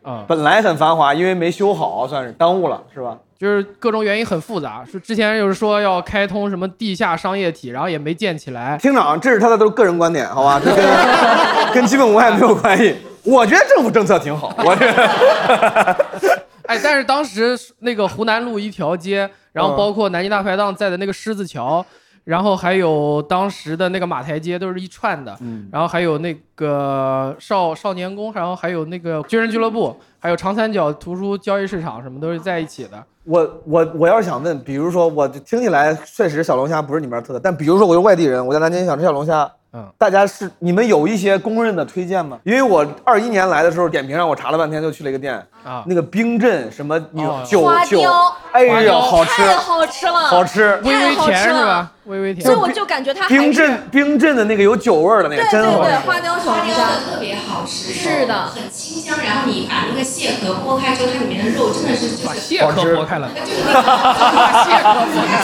C: 啊、
D: 本来很繁华，因为没修好，算是耽误了，是吧？
C: 就是各种原因很复杂。是之前就是说要开通什么地下商业体，然后也没建起来。
D: 厅长，这是他的都是个人观点，好吧？这跟跟 基本无害没有关系。我觉得政府政策挺好，我这
C: 哎，但是当时那个湖南路一条街，然
D: 嗯
C: 后包括南京大排档在的那个狮子桥，然后还有当时的那个马台街，都是一串的。
D: 嗯
C: 然后还有那个少少年宫，然后还有那个军人俱乐部，还有长三角图书交易市场，什么都是在一起的。
D: 我我我要是想问，比如说我听起来确实小龙虾不是你们那儿特色，但比如说我是外地人，我在南京想吃小龙虾，
B: 嗯，
D: 大家是你们有一些公认的推荐吗？因为我二一年来的时候，点评上我查了半天，就去了一个店
C: 啊，
D: 那个冰镇什么女
C: 哦
D: 酒
G: 花
D: 酒
G: 雕，，
D: 哎呦，好吃，
G: 太好吃了，
D: 好吃
G: 太好吃了
D: 微微甜是吧微微甜
G: 所以我就感觉它还
D: 冰
G: 是
D: 镇冰镇的那个有酒味儿的那
G: 对对
D: 个真好
G: 对，
D: 吃。
G: 花雕小龙虾
M: 特别好吃，
G: 是的，
M: 很清香。然后你把那个蟹壳剥开之后，它里面的肉真的是就是
C: 蟹 壳剥开了，
D: 嗯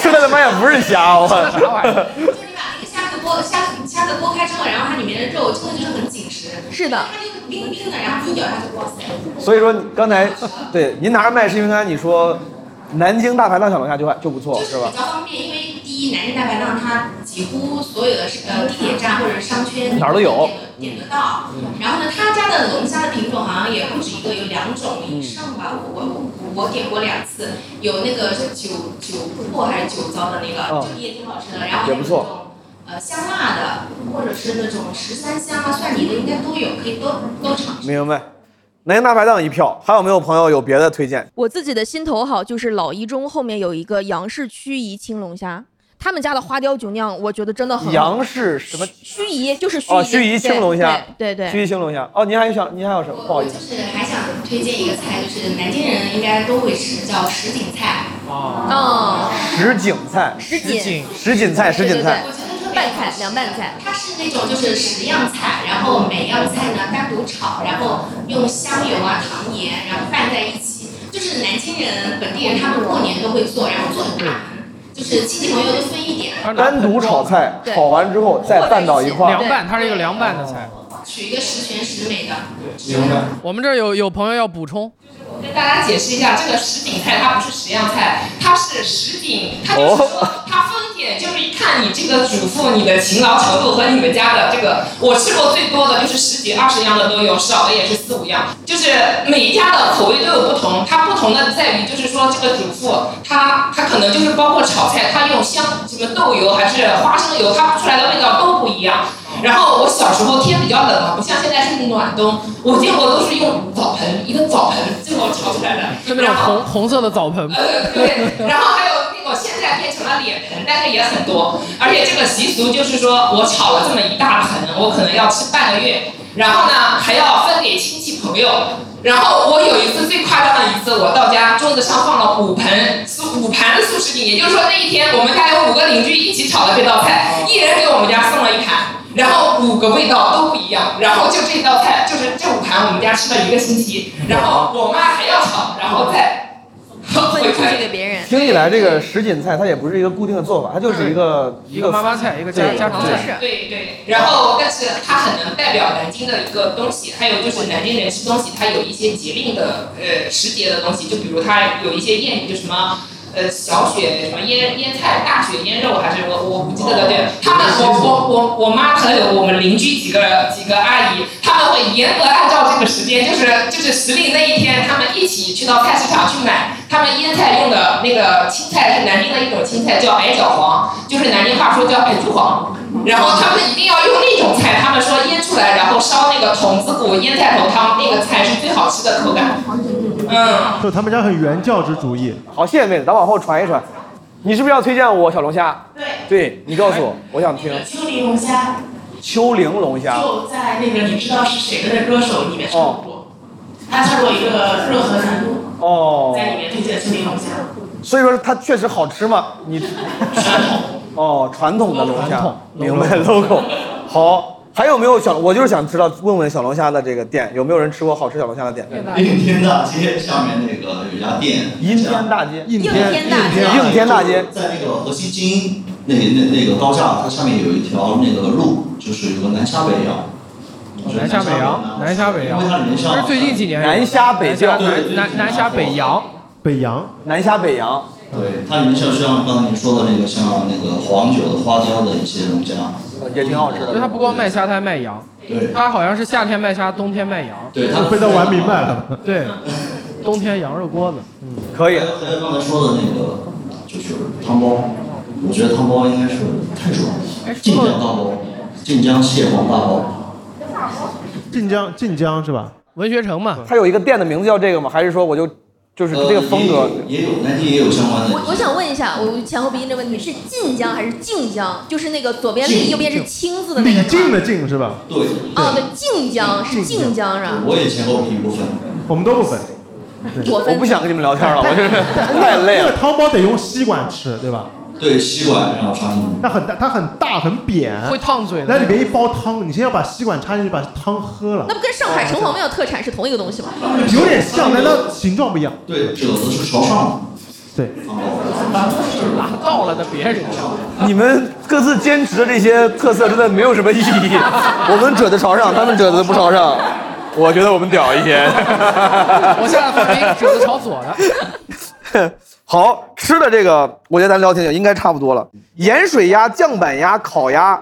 D: 吃的他妈也不是虾，我
M: 虾壳剥虾虾壳剥开之后，然后它里面的肉真的就是很紧实，
G: 是的，
M: 它就是冰冰的，然后你一咬下去，哇塞！
D: 所以说你刚才对您拿着麦是因为刚才你说南京大排档小龙虾就还就不错是吧
M: 比？较方便，因为第一，南京大排档它几乎所有的呃地铁站或者商圈
D: 哪儿都有，
M: 点得到。然后呢，他家的龙虾的品种好像也不止一个，有两种以上吧。我我我我点过两次，有那个是酒酒粕还是酒糟的那个，
D: 嗯
M: 就也挺好吃的。然后还
D: 也
M: 有
D: 不
M: 那
D: 错
M: 种呃香辣的，或者是那种十三香啊、蒜泥的，应该都有，可以都都尝。
D: 明白。南京大排档一票，还有没有朋友有别的推荐？
G: 我自己的心头好就是老一中后面有一个杨氏盱眙青龙虾，他们家的花雕酒酿，我觉得真的很好
D: 杨氏什么？
G: 盱眙就是盱眙，
D: 哦，盱眙青龙虾，
G: 对对
D: 盱
G: 对
D: 眙青龙虾。哦，您还有想，您还有什么？不好意思，
M: 就是还想推荐一个菜，就是南京人应该都会吃，叫什锦菜。
G: 哦，
D: 什锦菜，
G: 什锦
D: 什锦菜，什锦菜
M: 对，对对，
G: 拌菜凉拌菜，
M: 它是那种就是十样菜，然后每样菜呢单独炒，然后用香油啊、糖盐，然后拌在一起。就是南京人、本地人他们过年都会做，然后做很大盆，就是亲戚朋友都分一点。
D: 单独炒菜，
M: 对
D: 炒完之后再拌到一块儿。
C: 凉 拌，它是一个凉拌的菜。
M: 取一个十全十美的。
C: 我们这儿有有朋友要补充，
H: 跟大家解释一下，这个什锦菜它不是十样菜，它是什锦，它就是说
D: 哦
H: 它分点就是一看你这个主妇你的勤劳程度和你们家的这个，我吃过最多的就是十几二十样的都有，少的也是四五样，就是每一家的口味都有不同，它不同的在于就是说这个主妇她她可能就是包括炒菜，她用香什么豆油还是花生油，它出来的味道都不一样。然后我小时候天比较冷嘛，不像现在是暖冬，我见过都是用澡盆一个澡盆最后炒出来的，
C: 是那种红红色的澡盆。
H: 对，然后还有那个现在变成了脸盆，但是也很多，而且这个习俗就是说我炒了这么一大盆，我可能要吃半个月，然后呢还要分给亲戚朋友。然后我有一次最夸张的一次，我到家桌子上放了五盆素五盘素食品，也就是说那一天我们家有五个邻居一起炒的这道菜，一人给我们家送了一盘，然后五个味道都不一样，然后就这道菜就是这五盘我们家吃了一个星期，然后我妈还要炒，然后再
G: 分出去给别人。
D: 听起来这个什锦菜它也不是一个固定的做法，它就是一个
C: 一个妈妈菜一个家
D: 对
C: 家常菜
D: 对
H: 嗯对对，然后但是它很能代表南京的一个东西，还有就是南京人吃东西，它有一些节令的呃时节的东西，就比如它有一些谚语，就什么。呃，小雪什么腌腌菜，大雪腌肉，还是我我不记得了。对，他们我我我我妈还有我们邻居几个几个阿姨，他们会严格按照这个时间，就是就是时令那一天，他们一起去到菜市场去买。他们腌菜用的那个青菜是南京的一种青菜，叫矮脚黄，就是南京话说叫矮猪黄。然后他们一定要用那种菜，他们说腌出来，然后烧那个筒子骨腌菜头汤，那个菜是最好吃的口感。嗯，
B: 就他们家很原教旨主义。
D: 好，谢谢妹子，咱往后传一传。你是不是要推荐我小龙虾？对，对你告诉我，我想听
N: 秋林龙虾
D: 秋陵龙虾。
N: 就在那个你知道是谁的那歌手里面唱过，他唱过一个热河南路，
D: 哦，
N: 在里面推荐秋林龙虾。
D: 所以说它确实好吃吗？你 哦，传统的龙虾，明白 logo。好，还有没有小？我就是想知道，问问小龙虾的这个店有没有人吃过好吃小龙虾的店？
A: 应天大街上面那个有家店，
D: 应天大街，
B: 应
A: 天
D: 应天大街，
A: 在那个河西京那那那个高架，它下面有一条那个路，就是有个南沙北洋。
C: 南虾北洋，南虾北洋，这是最近几年有的
A: 南虾北
C: 南
A: 酱
C: 南南南虾北洋，
B: 北洋，
D: 南虾北洋，
A: 对，它里面像像刚才您说的那个像那个黄酒的花雕的一些东西啊，
D: 也挺好吃
C: 就它不光卖虾，它还卖羊。它好像是夏天卖虾，冬天卖羊。
A: 对它
B: 被他玩明白了。
C: 对，冬天羊肉锅子。嗯，
D: 可以。
A: 还有刚才说的那个就是汤包，我觉得汤包应该是太爽了，晋江大包，晋江蟹黄大包，
B: 晋江晋江是吧？
C: 文学城嘛，
D: 它有一个店的名字叫这个吗？还是说我就就是这个风格
O: 呃也有南京也有相关的。
G: 我我想问一下，我前后鼻音这问题是晋江还是晋江？就是那个左边立，右边是青字的那
B: 李
G: 个。
B: 靖的靖是吧？
O: 对，
G: 啊，对，晋江是晋江是吧？
O: 我也前后鼻音不分，
B: 我们都不分。对
G: 我分
D: 不想跟你们聊天了，我 就是
B: 太累了。那个汤包得用吸管吃，对吧？
O: 对，吸管然后插进去。
B: 那很大，它很大，很扁，
C: 会烫嘴的
B: 那里面一包汤，你先要把吸管插进去，把汤喝了
G: 那。不跟上海城隍庙特产是同一个东西吗？
B: 有点像，但它形状不一样。
O: 对，这个是朝上
B: 对，
C: 拉到了的别人。
D: 你们各自坚持的这些特色真的没有什么意义。我们褶子朝上，他们褶子不朝上。我觉得我们屌一些。
C: 我下来放音，褶子朝左 的。
D: 好吃的这个，我觉得咱聊挺久，应该差不多了。盐水鸭、酱板鸭、烤鸭，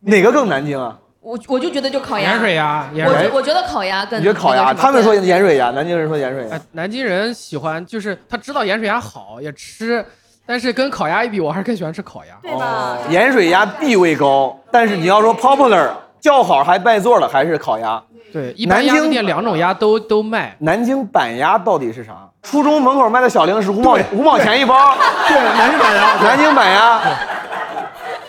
D: 哪个更南京啊？
G: 我我就觉得就烤鸭。
D: 盐水鸭啊盐
G: 我
D: 水
G: 觉我觉得烤鸭更。
D: 你觉得烤鸭？他们说盐水鸭，南京人说盐水鸭。
C: 哎南京人喜欢，就是他知道盐水鸭好，也吃，但是跟烤鸭一比，我还是更喜欢吃烤鸭。
D: 盐水鸭地位高，但是你要说 popular 叫好还败座的还是烤鸭。
C: 对，一
D: 南
C: 般鸭子
D: 京
C: 店两种鸭都都卖。
D: 南京板鸭到底是啥？初中门口卖的小零食，五毛五毛钱一包。
B: 对，南京板鸭，
D: 南京板鸭。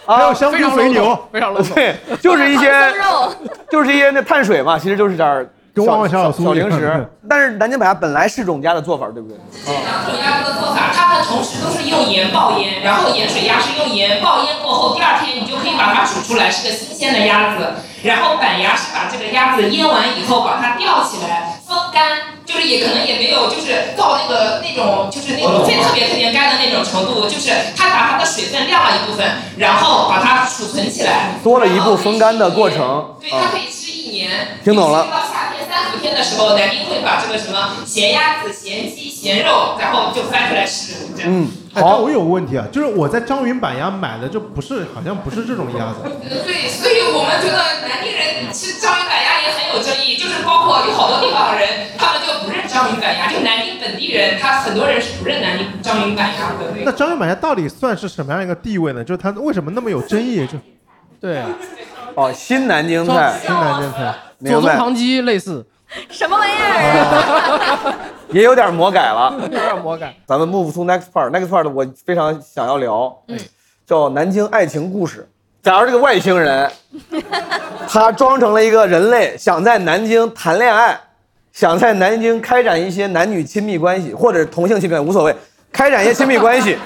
D: 啊，还有
B: 香
C: 非常 local，非常 local
D: 对，就是 一些
G: 唐僧肉，
D: 就是一些那碳水嘛，其实就是点儿
B: 跟旺旺小小酥
D: 小
B: 一
D: 零
B: 样
D: 食。但是南京板鸭本来是种鸭的做法，对不对？
H: 水鸭的做法，他们同时都是用盐爆腌，然后盐水鸭是用盐爆腌过后，第二天你就可以把它煮出来，是个新鲜的鸭子。然后板鸭是把这个鸭子腌完以后，把它吊起来风干，就是也可能也没有就是到那个那种就是那种最特别特别干的那种程度，就是它把它的水分晾了一部分，然后把它储存起来，
D: 多了一步风干的过程。啊
H: 对，它可以吃一年。
D: 听懂了
H: 尤其到夏天三伏天的时候，南京会把这个什么咸鸭子、咸鸡、咸肉，然后就翻出来吃。这样。
D: 嗯，
B: 好。但我有个问题啊，就是我在张云板鸭买的，就不是，好像不是这种鸭子。
H: 对，所以我们觉得南京人吃章鱼板鸭也很有争议，就是包括有好多地方的人，他们就不认章鱼板鸭，就南京本地人，他很多人是不认南京章鱼板鸭的那
B: 那
H: 个。
B: 张云板鸭到底算是什么样一个地位呢？就是它为什么那么有争议？就
C: 对啊，
D: 哦，新南京菜，
B: 新南京菜，
C: 左宗棠鸡类似，
G: 什么玩意儿？
D: 也有点魔改了，
C: 有点魔改。
D: 咱们 move to next part，next part 我非常想要聊，叫《南京爱情故事》。假如这个外星人，他装成了一个人类，想在南京谈恋爱，想在南京开展一些男女亲密关系，或者同性亲密关系无所谓，开展一些亲密关系。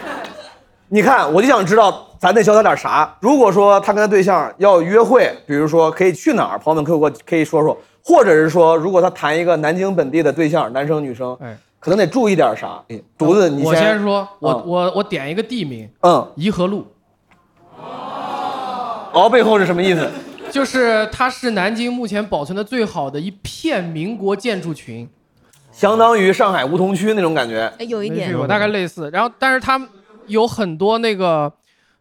D: 你看，我就想知道咱得教他点啥。如果说他跟他对象要约会，比如说可以去哪儿，朋友们可以给我可以说说，或者是说，如果他谈一个南京本地的对象，男生女生，
C: 哎，
D: 可能得注意点啥。哎 竹子，你
C: 我
D: 先
C: 先说，我、
D: 嗯
C: 我我点一个地名，
D: 嗯，
C: 颐和路，
D: 鳌哦背后是什么意思？
C: 就是它是南京目前保存的最好的一片民国建筑群，
D: 相当于上海梧桐区那种感觉。
G: 哎，有一
C: 没去过大概类似。然后，但是它有很多那个，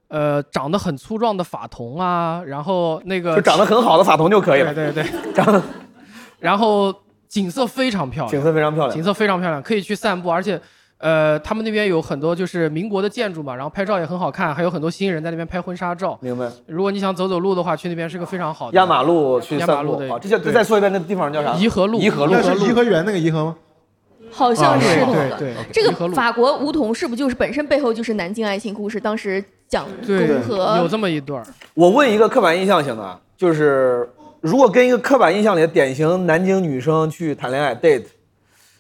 C: 呃，长得很粗壮的法桐啊，然后那个
D: 就长得很好的法桐就可以了
C: 对对对，
D: 长得，
C: 然后景色非常漂亮，
D: 景色非常漂亮
C: 景色非常漂亮，可以去散步，而且。呃，他们那边有很多就是民国的建筑嘛，然后拍照也很好看，还有很多新人在那边拍婚纱照。
D: 明白。
C: 如果你想走走路的话，去那边是个非常好的
D: 压马路去
C: 压马
D: 散
C: 路
D: 步
C: 对，
D: 好，这叫
C: 对
D: 再说一遍，那地方叫啥？
C: 颐和路
D: 颐和路
B: 那，是颐和园那个颐和吗？
G: 好像是
B: 啊
G: 那
B: 对
G: 个。
B: 对对
G: 这
B: 颐和
G: 个
B: 路
G: 法国梧桐是不就是本身背后就是南京爱情故事？当时讲
D: 对
G: 共和
D: 有这
C: 么一段。
D: 我问一个刻板印象型的，啊，就是如果跟一个刻板印象里的典型南京女生去谈恋爱 date，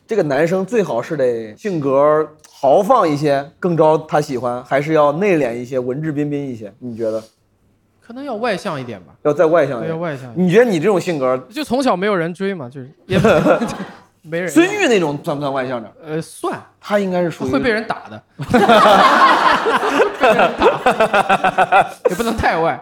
D: 这个男生最好是得性格豪放一些，更招他喜欢，还是要内敛一些，文质彬彬一些？你觉得
C: 可能要外向一点吧，
D: 要再外向一
C: 对，
D: 点？
C: 要外向一点。
D: 你觉得你这种性格，
C: 就从小没有人追嘛， 就是也没人。
D: 孙玉那种算不算外向点？
C: 呃，算，
D: 他应该是属于
C: 会被人打的，也不能太外。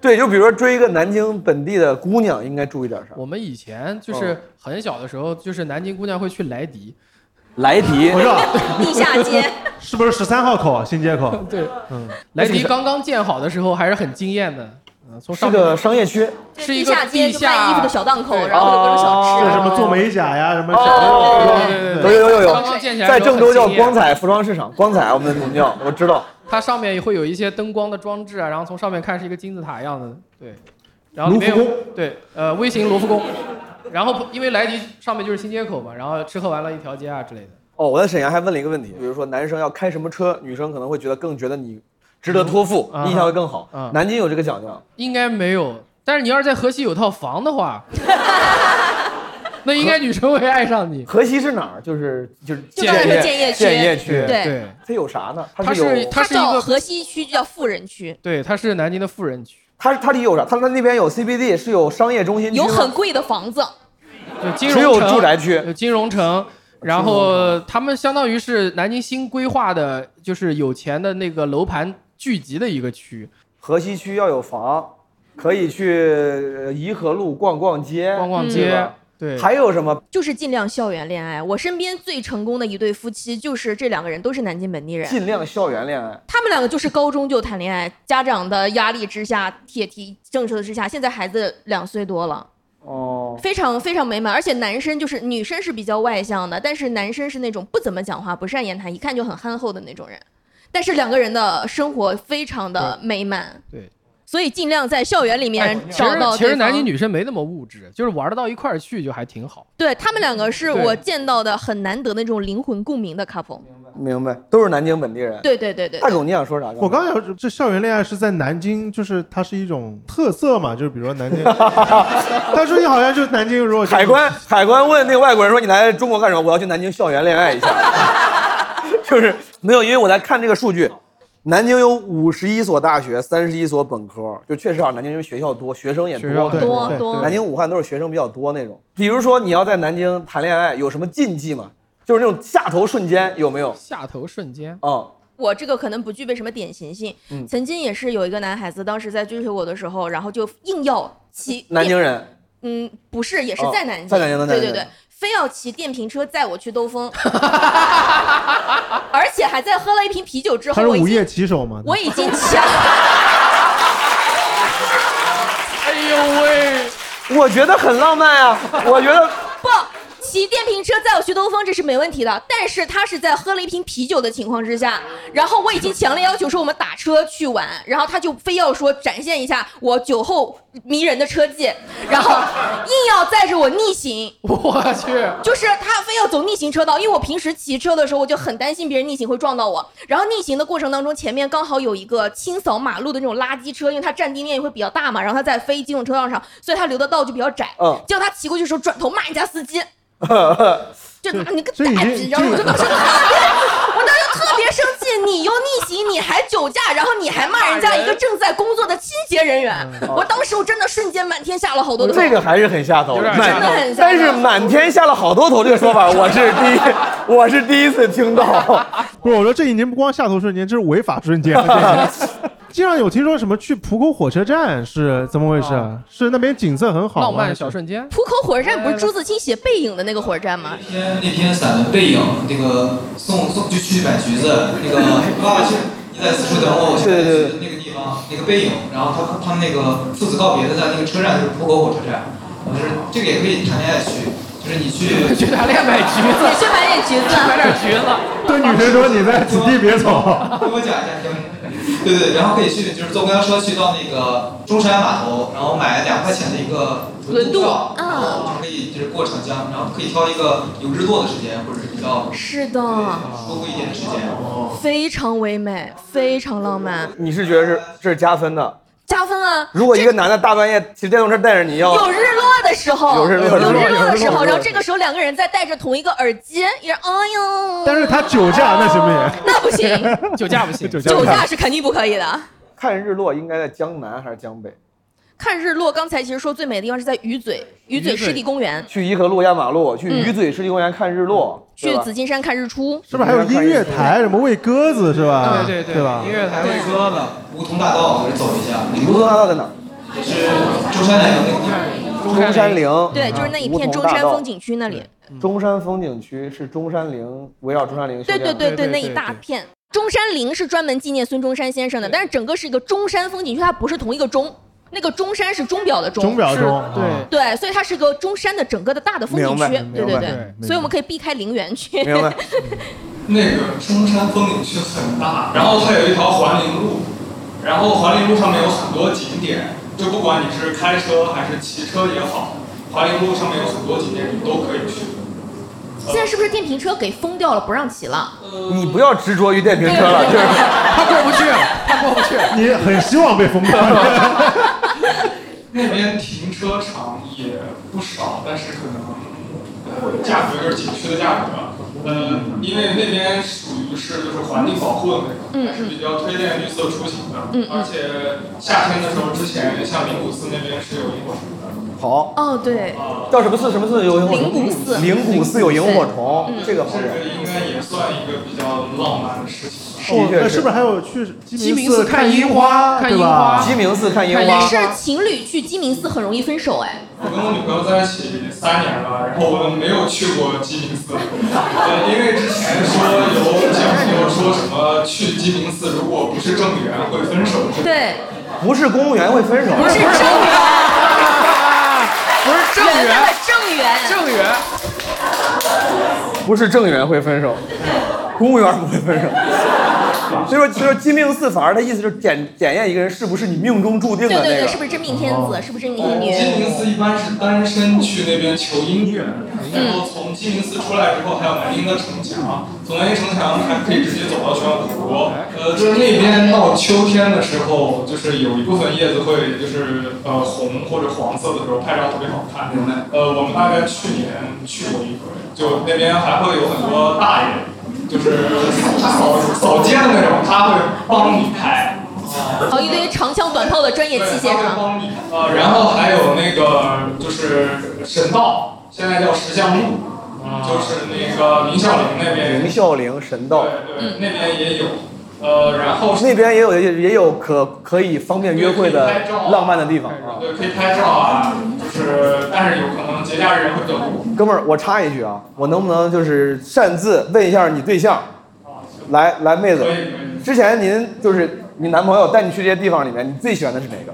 D: 对，就比如说追一个南京本地的姑娘，应该注意点啥？
C: 我 们以前就是很小的时候，就是南京姑娘会去莱迪，
D: 莱迪
B: 我知道
G: 地下街，
B: 是不是十三号口啊新街口？
C: 对，
B: 嗯，
C: 莱迪刚刚建好的时候还是很惊艳的，嗯，从
D: 是
C: 上
D: 个商业区，
C: 是一
G: 地
C: 个
G: 下街
C: 地
G: 就卖衣服
C: 下哦
G: 的小档口，然后有各种小吃。
B: 就是什么做美甲哎呀，什么
D: 哦，
C: 对对对
D: 有有有有
C: 刚刚建起来的
D: 在
C: 时候
D: 郑州叫
C: 很惊艳
D: 光彩服装市场，光彩我们我们叫，我知道。
C: 它上面会有一些灯光的装置啊，然后从上面看是一个金字塔一样的，对。然后里面
B: 卢
C: 有
B: 浮
C: 对，呃，微型罗浮宫。然后因为莱迪上面就是新街口嘛，然后吃喝玩乐一条街啊之类的。
D: 哦，我在沈阳还问了一个问题，比如说男生要开什么车，女生可能会觉得更觉得你值得托付，
C: 嗯
D: 印象会更好
C: 嗯。
D: 南京有这个奖项，
C: 应该没有。但是你要是在河西有套房的 话，那应该女生会爱上你。
D: 河西是哪儿？就是就是
G: 就刚才说建业区
D: 建业区，
G: 对
C: 对，
D: 它有啥呢？
C: 它
D: 是有
C: 是它是一
G: 叫
C: 个
G: 河西区，叫富人区，
C: 对，它是南京的富人区，
D: 它它里有啥？它它那边有 CBD，是有商业中心区吗，
G: 有很贵的房子。
C: 就金
D: 只
C: 融
D: 有
C: 城
D: 住宅区，
C: 有金融城，然后他们相当于是南京新规划的，就是有钱的那个楼盘聚集的一个区。
D: 河西区要有房，可以去呃颐和路逛逛街，逛
C: 逛街对
D: 还有什么？
G: 就是尽量校园恋爱。我身边最成功的一对夫妻，就是这两个人都是南京本地人。
D: 尽量校园恋爱。
G: 他们两个就是高中就谈恋爱，家长的压力之下、铁蹄政策之下，现在孩子两岁多了，
D: 哦，
G: 非常非常美满。而且男生就是女生是比较外向的，但是男生是那种不怎么讲话、不善言谈，一看就很憨厚的那种人。但是两个人的生活非常的美满，
C: 对，哎
G: 所以尽量在校园里面
C: 其
G: 找
C: 实
G: 到
C: 其实
G: 对
C: 南
G: 方
C: 京女生没那么物质，就是玩得到一块儿去就还挺好。
G: 对他们两个是
C: 对
G: 我见到的很难得的那种灵魂共鸣的 couple。
D: 明白，都是南京本地人。
G: 对对对对，
D: 大总，你想说啥？
B: 我刚想说，这校园恋爱是在南京，就是它是一种特色嘛，就是比如说 南京，他说你好像就是南京，如果就是
D: 海关海关问那个外国人说：“你来中国干什么？”我要去南京校园恋爱一下。 就是没有，因为我在看这个数据，南京有五十一所大学，三十一所本科，就确实啊，南京因为学校多，学生也
C: 学校
D: 多，
C: 多多对对多
D: 南京、武汉都是学生比较多那种。比如说你要在南京谈恋爱，有什么禁忌吗？就是那种下头瞬间有没有？
C: 下头瞬间
D: 哦，
G: 我这个可能不具备什么典型性。
D: 嗯
G: 曾经也是有一个男孩子，当时在追求我的时候，然后就硬要骑电
D: 南京，人，
G: 嗯，不是，也是
D: 哦
G: 在南京，
D: 在南京的
G: 对
D: 南
G: 对
D: 京
G: 对
D: 人，
G: 非要骑电瓶车载我去兜 风，而且还在喝了一瓶啤酒之
B: 他
G: 后，
B: 是
G: 我已
B: 午
G: 经
B: 夜骑手嘛，
G: 我已经强，
C: 哎呦喂，
D: 我觉得很浪漫啊，我觉得
G: 不。骑电瓶车载我去兜风，这是没问题的。但是他是在喝了一瓶啤酒的情况之下，然后我已经强烈要求说我们打车去玩，然后他就非要说展现一下我酒后迷人的车技，然后硬要载着我逆行。
C: 我去，
G: 就是他非要走逆行车道，因为我平时骑车的时候，我就很担心别人逆行会撞到我。然后逆行的过程当中，前面刚好有一个清扫马路的那种垃圾车，因为它占地面会比较大嘛，然后它在非机动车道上，所以它留的道就比较窄。
D: 嗯
G: 结果他骑过去的时候，转头骂人家司机，就
B: 对
G: 你个
B: 这已
G: 蛋
B: 经
G: 逼！然后我就当时特别， 我当时特别生气，你又逆行，你还酒驾，然后你还骂人家一个正在工作的清洁人员，我当时我真的瞬间满天下了好多的头。
D: 嗯这个还是很下头的，
G: 真的很下头
D: 但是满天下了好多头这个 说法，我是第一，我是第一次听到。
B: 不是我说这已经不光下头瞬间，这是违法瞬间。经常有听说什么去浦口火车站是怎么回事？啊是那边景色很好吗，
C: 浪漫小瞬间。
G: 浦口火车站不是朱自清写《背影》的那个火车站吗？
P: 那篇散文《背影》，那个送送就去买橘子，那个爸爸去，你在此处等我，我去买橘子那个地方，那个背影。然后他他们那个父子告别的在那个车站就是浦口火车站，就是这个也可以谈恋爱去，就是你去
C: 去谈恋爱买橘子
G: 你去买点橘子，啊
C: 买点橘子。
B: 对女生说你在此地别走。
P: 跟我讲一下，对对，对然后可以去就是坐公交车去到那个中山码头，然后买两块钱的一个轮渡票，
G: 嗯
P: 然后就可以就是过长江，然后可以挑一个有日落的时间，或者是比较
G: 是的，
P: 舒服一点的时间。
G: 非常唯美，非常浪漫，
D: 你是觉得是这是加分的？
G: 加分啊！
D: 如果一个男的大半夜骑电动车带着你要
G: 有日落的时候，
D: 有日落
G: 有日落的时
D: 有日
G: 候，
D: 落
G: 然后这个时候两个人再戴着同一个耳机，也是哎呦，
B: 但是他酒驾那行不行？
G: 那 不行，
C: 酒驾不 行，
B: 酒
G: 酒驾是肯定不可以的。
D: 看日落应该在江南还是江北？
G: 看日落，刚才其实说最美的地方是在鱼嘴，鱼嘴湿地公园，
D: 去颐和路压马路，去鱼嘴湿地公园看日落，对
G: 嗯去
D: 吧
G: 紫金山看日出，
B: 是不是还有音乐台什么喂鸽子是吧？
P: 啊
G: 嗯
P: 对对
B: 对，
P: 对
B: 吧？
C: 乐台
P: 喂鸽子，梧桐大道我这走一下，
D: 梧桐大道在哪？
P: 是中山南路那个地方。
D: 中山陵，嗯
G: 对，就是那一片中山风。景区那里，
D: 中山风景区是中山陵，围绕中山陵修
G: 对
D: 建的。
G: 对对对，那一大片。中山陵是专门纪念孙中山先生的，但是整个是一个中山风景区，它不是同一个钟，那个钟山是钟表的钟，
B: 钟表中
G: 是对，所以它是个中山的整个的大的风景
P: 明白
G: 区，
P: 明白
G: 对对
P: 明
G: 对
P: 白，
G: 所以我们可以避开陵园区。
D: 明白
P: 那个中山风景区很大，然后它有一条环陵路，然后环陵路上面有很多景点，就不管你是开车还是骑车也好，环陵路上面有很多景点你都可以去。
G: 现在是不是电瓶车给封掉了，不让骑了？
D: 你不要执着于电瓶车了，就是
C: 他过不去，他过不去。
B: 你很希望被封 掉，
L: 那边停车场也不少，但是可能呃价格就是景区的价格。呃，因为那边属于是就是环境保护的那种，
G: 嗯
L: 是比较推荐绿色出行的。
G: 嗯嗯
L: 而且夏天的时候，之前像灵谷寺那边是有萤火虫的。
D: 好，
G: 哦，对，
D: 叫什么寺？什么寺有萤火虫？
G: 灵谷寺
D: 灵谷寺有萤火虫
G: 对，嗯
D: 这个好
L: 这个应该也算一个比较浪漫的事情吧。
B: 哦
D: 的确
B: 那是不是还有去鸡
D: 鸡
B: 鸣
D: 鸣
B: 寺
D: 寺看
B: 樱
D: 樱花看
B: 对
D: 樱
B: 吧？
D: 花 鸡鸣寺看樱
G: 但是情侣去鸡鸣寺很容易分手哎。
L: 我跟我女朋友在一起三年了，然后我没有去过鸡鸣寺，呃，因为之前说有小朋友说什么去鸡鸣寺如果不是正缘会分手，
G: 对，
D: 不是公务员会分手，
L: 不是不是
G: 公务员
D: 不是正
G: 缘分
D: 缘
G: 的，正缘，
C: 正缘，
D: 不是正缘会分手，公务员不会分手。所以说，所以说鸡鸣寺反而的意思就是检检验一个人是不是你命中注定
G: 对
D: 的那个。
G: 对对，是不是真命天子？是不是真命天女？
L: 鸡鸣寺一般是单身去那边求姻缘，
D: 嗯
L: 然后从鸡鸣寺出来之后还有南京的城墙，从南京城墙还可以直接走到宣武国。呃，就是那边到秋天的时候，就是有一部分叶子会就是呃红或者黄色的时候拍照特别好看。呃，我们大概去年去过一回，就那边还会有很多大爷，就是扫扫街的那种，他会帮你拍。啊
G: 哦，一堆长枪短炮的专业器械是吗？
L: 呃，然后还有那个就是神道，现在叫石像路，啊就是那个明孝陵那边，
D: 明孝陵神道，
L: 对，那边也有。呃，然后
D: 那边也有也也有可可以方便约会的浪漫的地方啊。
L: 对，可以拍照啊，就是但是有可能节假日人会比较多。
D: 哥们儿，我插一句啊，我能不能就是擅自问一下你对象？来来，妹子，之前您就是你男朋友带你去这些地方里面，你最喜欢的是哪个？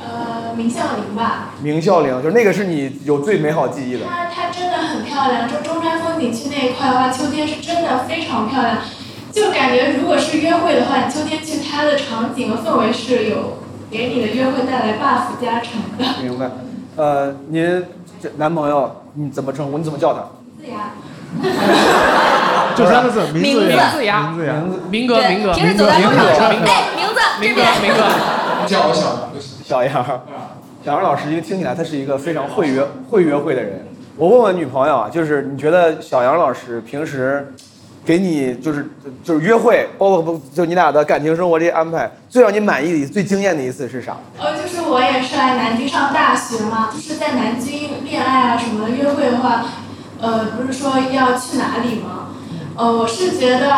N: 呃，明孝陵吧，
D: 明孝陵，就是那个是你有最美好记忆的。
N: 它它真的很漂亮。就中山风景区那一块的话，秋天是真的非常漂亮。就感觉如果是约会的话，你秋天去它的场景和氛围是有给你的约会带来 buff 加成的。
D: 明白。呃，您这男朋友你怎么称呼？你怎么叫他？
B: 就三个字，
C: 名
B: 字
C: 字
B: 呀，
C: 呀
B: 名字呀，
C: 明哥明哥，
G: 平时走在路上说，
D: 明哥
G: 哎，名字这
C: 明哥
G: 边，
C: 明哥，
L: 叫我小杨就行。
D: 小杨
C: 啊
D: 儿，小杨老师，因为听起来他是一个非常会约会约会的人。我问问女朋友啊，就是你觉得小杨老师平时给你就是就是约会，包括不就你俩的感情生活这些安排，最让你满意的一最惊艳的一次是啥？
N: 呃，就是我也是来南京上大学嘛，就是在南京恋爱啊什么的约会的话，呃，不是说要去哪里吗？呃，我是觉得，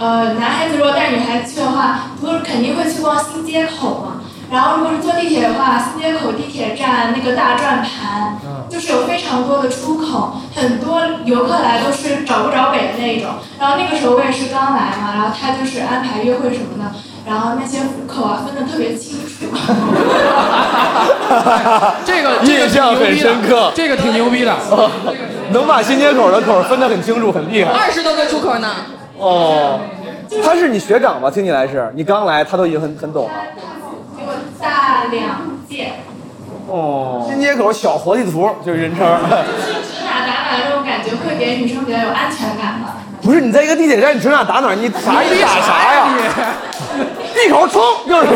N: 呃，男孩子如果带女孩子去的话，不是肯定会去逛新街口嘛。然后如果是坐地铁的话，新街口地铁站那个大转盘，就是有非常多的出口，很多游客来都是找不着北的那一种。然后那个时候我也是刚来嘛，然后他就是安排约会什么的，然后那些口啊分得特别清楚。
C: 这 个
D: 印象很深刻，哦
C: 这个挺牛 逼的，
D: 能把新街口的口分得很清楚，很厉害。
G: 二十多个出口呢。
D: 哦，他是你学长吧？听起来是你刚来，他都已经很很懂了。
N: 比我大两届，
D: 哦，新街口小活地图就是人 称。
N: 指哪打哪这种感觉会给女生比较有安全感吧。
D: 不是你在一个地铁站，你指哪打哪， 你啥
N: 你
D: 你打啥呀？一口冲就是。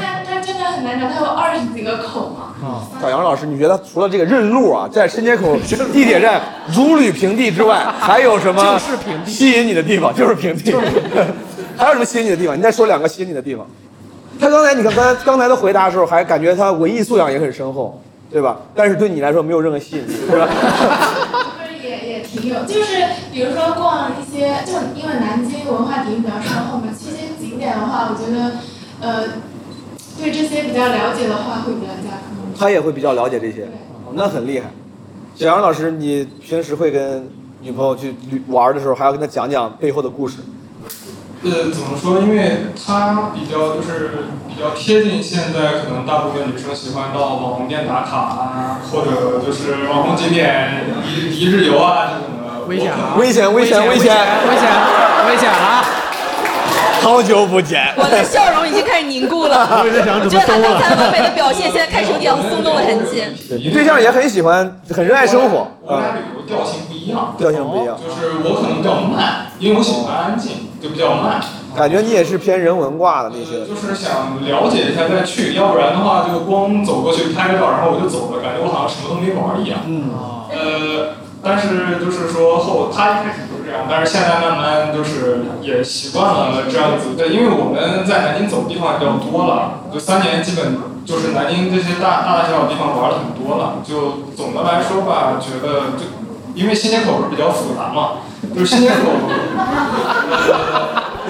N: 但但真的很难找，它有二十几个口嘛。
D: 小杨老师，你觉得除了这个认路啊，在新街口地铁站如履平地 之外，还有什么
N: 就是平地
D: 吸引你的地方？就是平地。还有什么吸引你的地方？你再说两个吸引你的地方。他刚才，你看刚才刚才的回答的时候，还感觉他文艺素养也很深厚，对吧？但是对你来说没有任何吸引力，是吧？
N: 就是也也挺有，就是比如说逛一些，就因为南京文化底蕴比较深厚嘛，去一些景点的话，我觉得，呃，对这些比较了解的话会比较加分。
D: 他也会比较了解这些，哦那很厉害。小杨老师，你平时会跟女朋友去旅玩的时候，还要跟她讲讲背后的故事。
L: 呃，怎么说？因为它比较就是比较贴近现在，可能大部分女生喜欢到网红店打卡啊，或者就是网红景点一一日游啊这种的。危险
D: 危险危险危险
C: 危险危险了啊！
D: 好久不见，
G: 我的笑容已经开始凝固了。
D: 我也在
G: 我
D: 想怎么
G: 觉得他
D: 收了
G: 刚才完美的表现，现在开始有点松动的痕迹。
D: 你对象也很喜欢，很热爱生活。
L: 国家旅游调性不一
I: 一样，
D: 调性不一样，
I: 就是我可能比较慢，因为我喜欢安静，就比较慢。
D: 感觉你也是偏人文挂的那些。
I: 就是想了解一下再去，要不然的话就光走过去拍个照，然后我就走了，感觉我好像什么都没玩一样。
D: 嗯。
I: 呃，但是就是说后他一开始就是这样，但是现在慢慢就是也习惯了这样子。对，因为我们在南京走的地方也比较多了，就三年基本就是南京这些大大大小小地方玩的很多了。就总的来说吧，觉得就因为新街口是比较复杂嘛，就是新街口。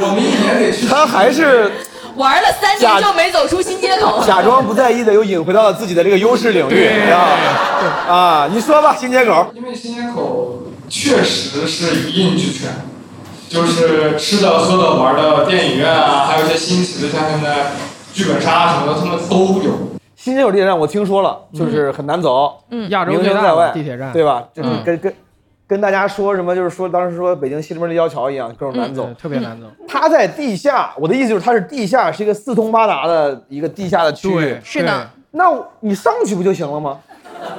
I: 我们一年得去。
D: 他还是
G: 玩了三年就没走出新街口。
D: 假装不在意的，又引回到了自己的这个优势领域
I: 对
D: 啊啊！你说吧，新街口。
I: 因为新街口确实是一应俱全，就是吃的、喝的、玩的，电影院啊，还有一些新奇的，像现在剧本杀啊什么的，他们都有。
D: 新街口地铁站我听说了，就是很难走，
C: 嗯亚洲
D: 名
C: 最
D: 声
C: 大
D: 在
C: 的
D: 外
C: 地铁站
D: 对吧？就是
C: 嗯
D: 跟跟跟大家说什么，就是说当时说北京西直门立交桥一样，各种难走
C: 嗯，特别难走。
D: 它在地下，我的意思就是它是地下，是一个四通八达的一个地下的区域
C: 对。是的对。
D: 那你上去不就行了吗？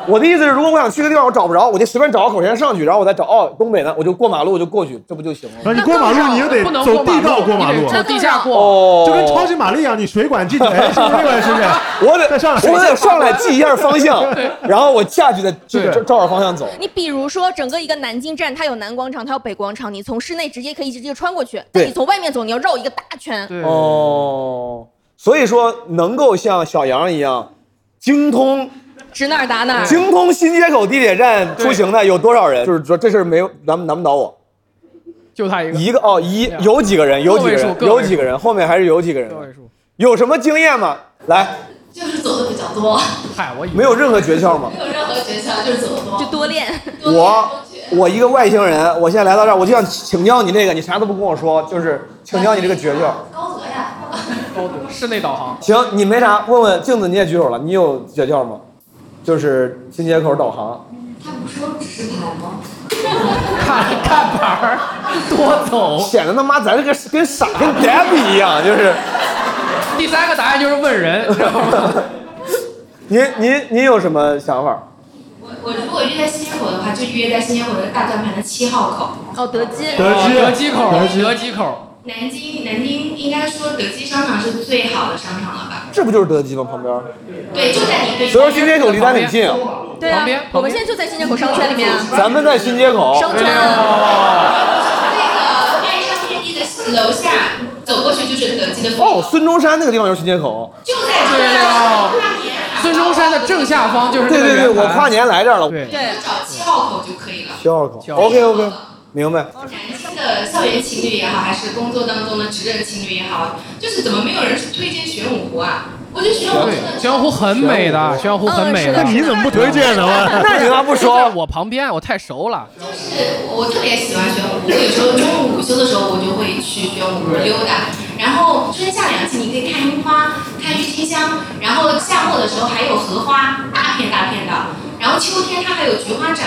D: 我的意思是，如果我想去个地方，我找不着，我就随便找个口先上去，然后我再找哦，东北呢，我就过马路，我就过去，这不就行了吗？
B: 然后啊你过马路，你又得走地道过马路，
D: 哦，
B: 就跟超级玛丽一样，你水管进去，哎，是不是那管是不是？
D: 我得
B: 再上来，
D: 我得上来记一下方向， 然后我下去再就
B: 对
D: 照照着方向走。
G: 你比如说，整个一个南京站，它有南广场，它有北广场，你从室内直接可以直接穿过去，但
D: 对
G: 你从外面走，你要绕一个大圈。
D: 哦，所以说能够像小杨一样精通
G: 指哪儿打哪儿。
D: 精通新街口地铁站出行的有多少人？就是说这事儿没有难不难不倒我，
C: 就他一个
D: 一个哦一有几个人有几个人
C: 个位数
D: 有几个人后面还是有几个人的有什么经验吗？来，
M: 就是走的比较多，
C: 嗨，我
D: 没有任何诀窍吗？
M: 没有任何诀窍，就是走的多。
G: 就多练。
D: 我我一个外星人，我现在来到这儿，我就想请教你这个，你啥都不跟我说，就是请教你这个诀窍。
C: 高德室内导航。
D: 行，你没啥，问问镜子，你也举手了，你有诀窍吗？就是新街口导航。
M: 他不是有指示牌吗？
C: 看看牌儿，多走，
D: 显得他妈咱这个跟傻跟呆逼一样，就是
C: 第三个答案就是问人，知道吗？
D: 您您您有什么想法？
M: 我我如果约在新街口的话，就约在新街口的大转盘的七号口。
G: 哦，德基
C: 德基口，德基口，
M: 南京南京应该说德基商场是最好的商场了吧？
D: 这不就是德基吗？旁边。
M: 对，就在你对面。
D: 所以说新街口离咱挺近。
G: 对啊，我们现在就在新街口商圈里面啊。
D: 咱们在新街口。
G: 商圈
M: 那个爱上天地的楼下走过去就是德基的风
D: 哦，孙中山那个地方就是新街口。
M: 就在这
C: 了。
G: 啊
C: 孙中山的正下方就是
D: 对对对，我跨年来这儿了。
C: 对
M: 对，就找七号口就可以了。
D: 七号口。OK OK，明白。
M: 年轻的校园情侣也好，还是工作当中的职人情侣也好，就是怎么没有人去推荐玄武湖啊？我觉得玄武湖真的
C: 对，啊玄湖很美的，玄湖很美的。
B: 那你怎么不推荐呢？我
D: 那你咋不说？
C: 我旁边，我太熟了。
M: 我特别喜欢玄武湖，我有时候中午午休的时候我就会去玄武湖溜达。然后春夏两季你可以看樱花、看郁金香，然后夏末的时候还有荷花，大片大片的。然后秋天它还有菊花展，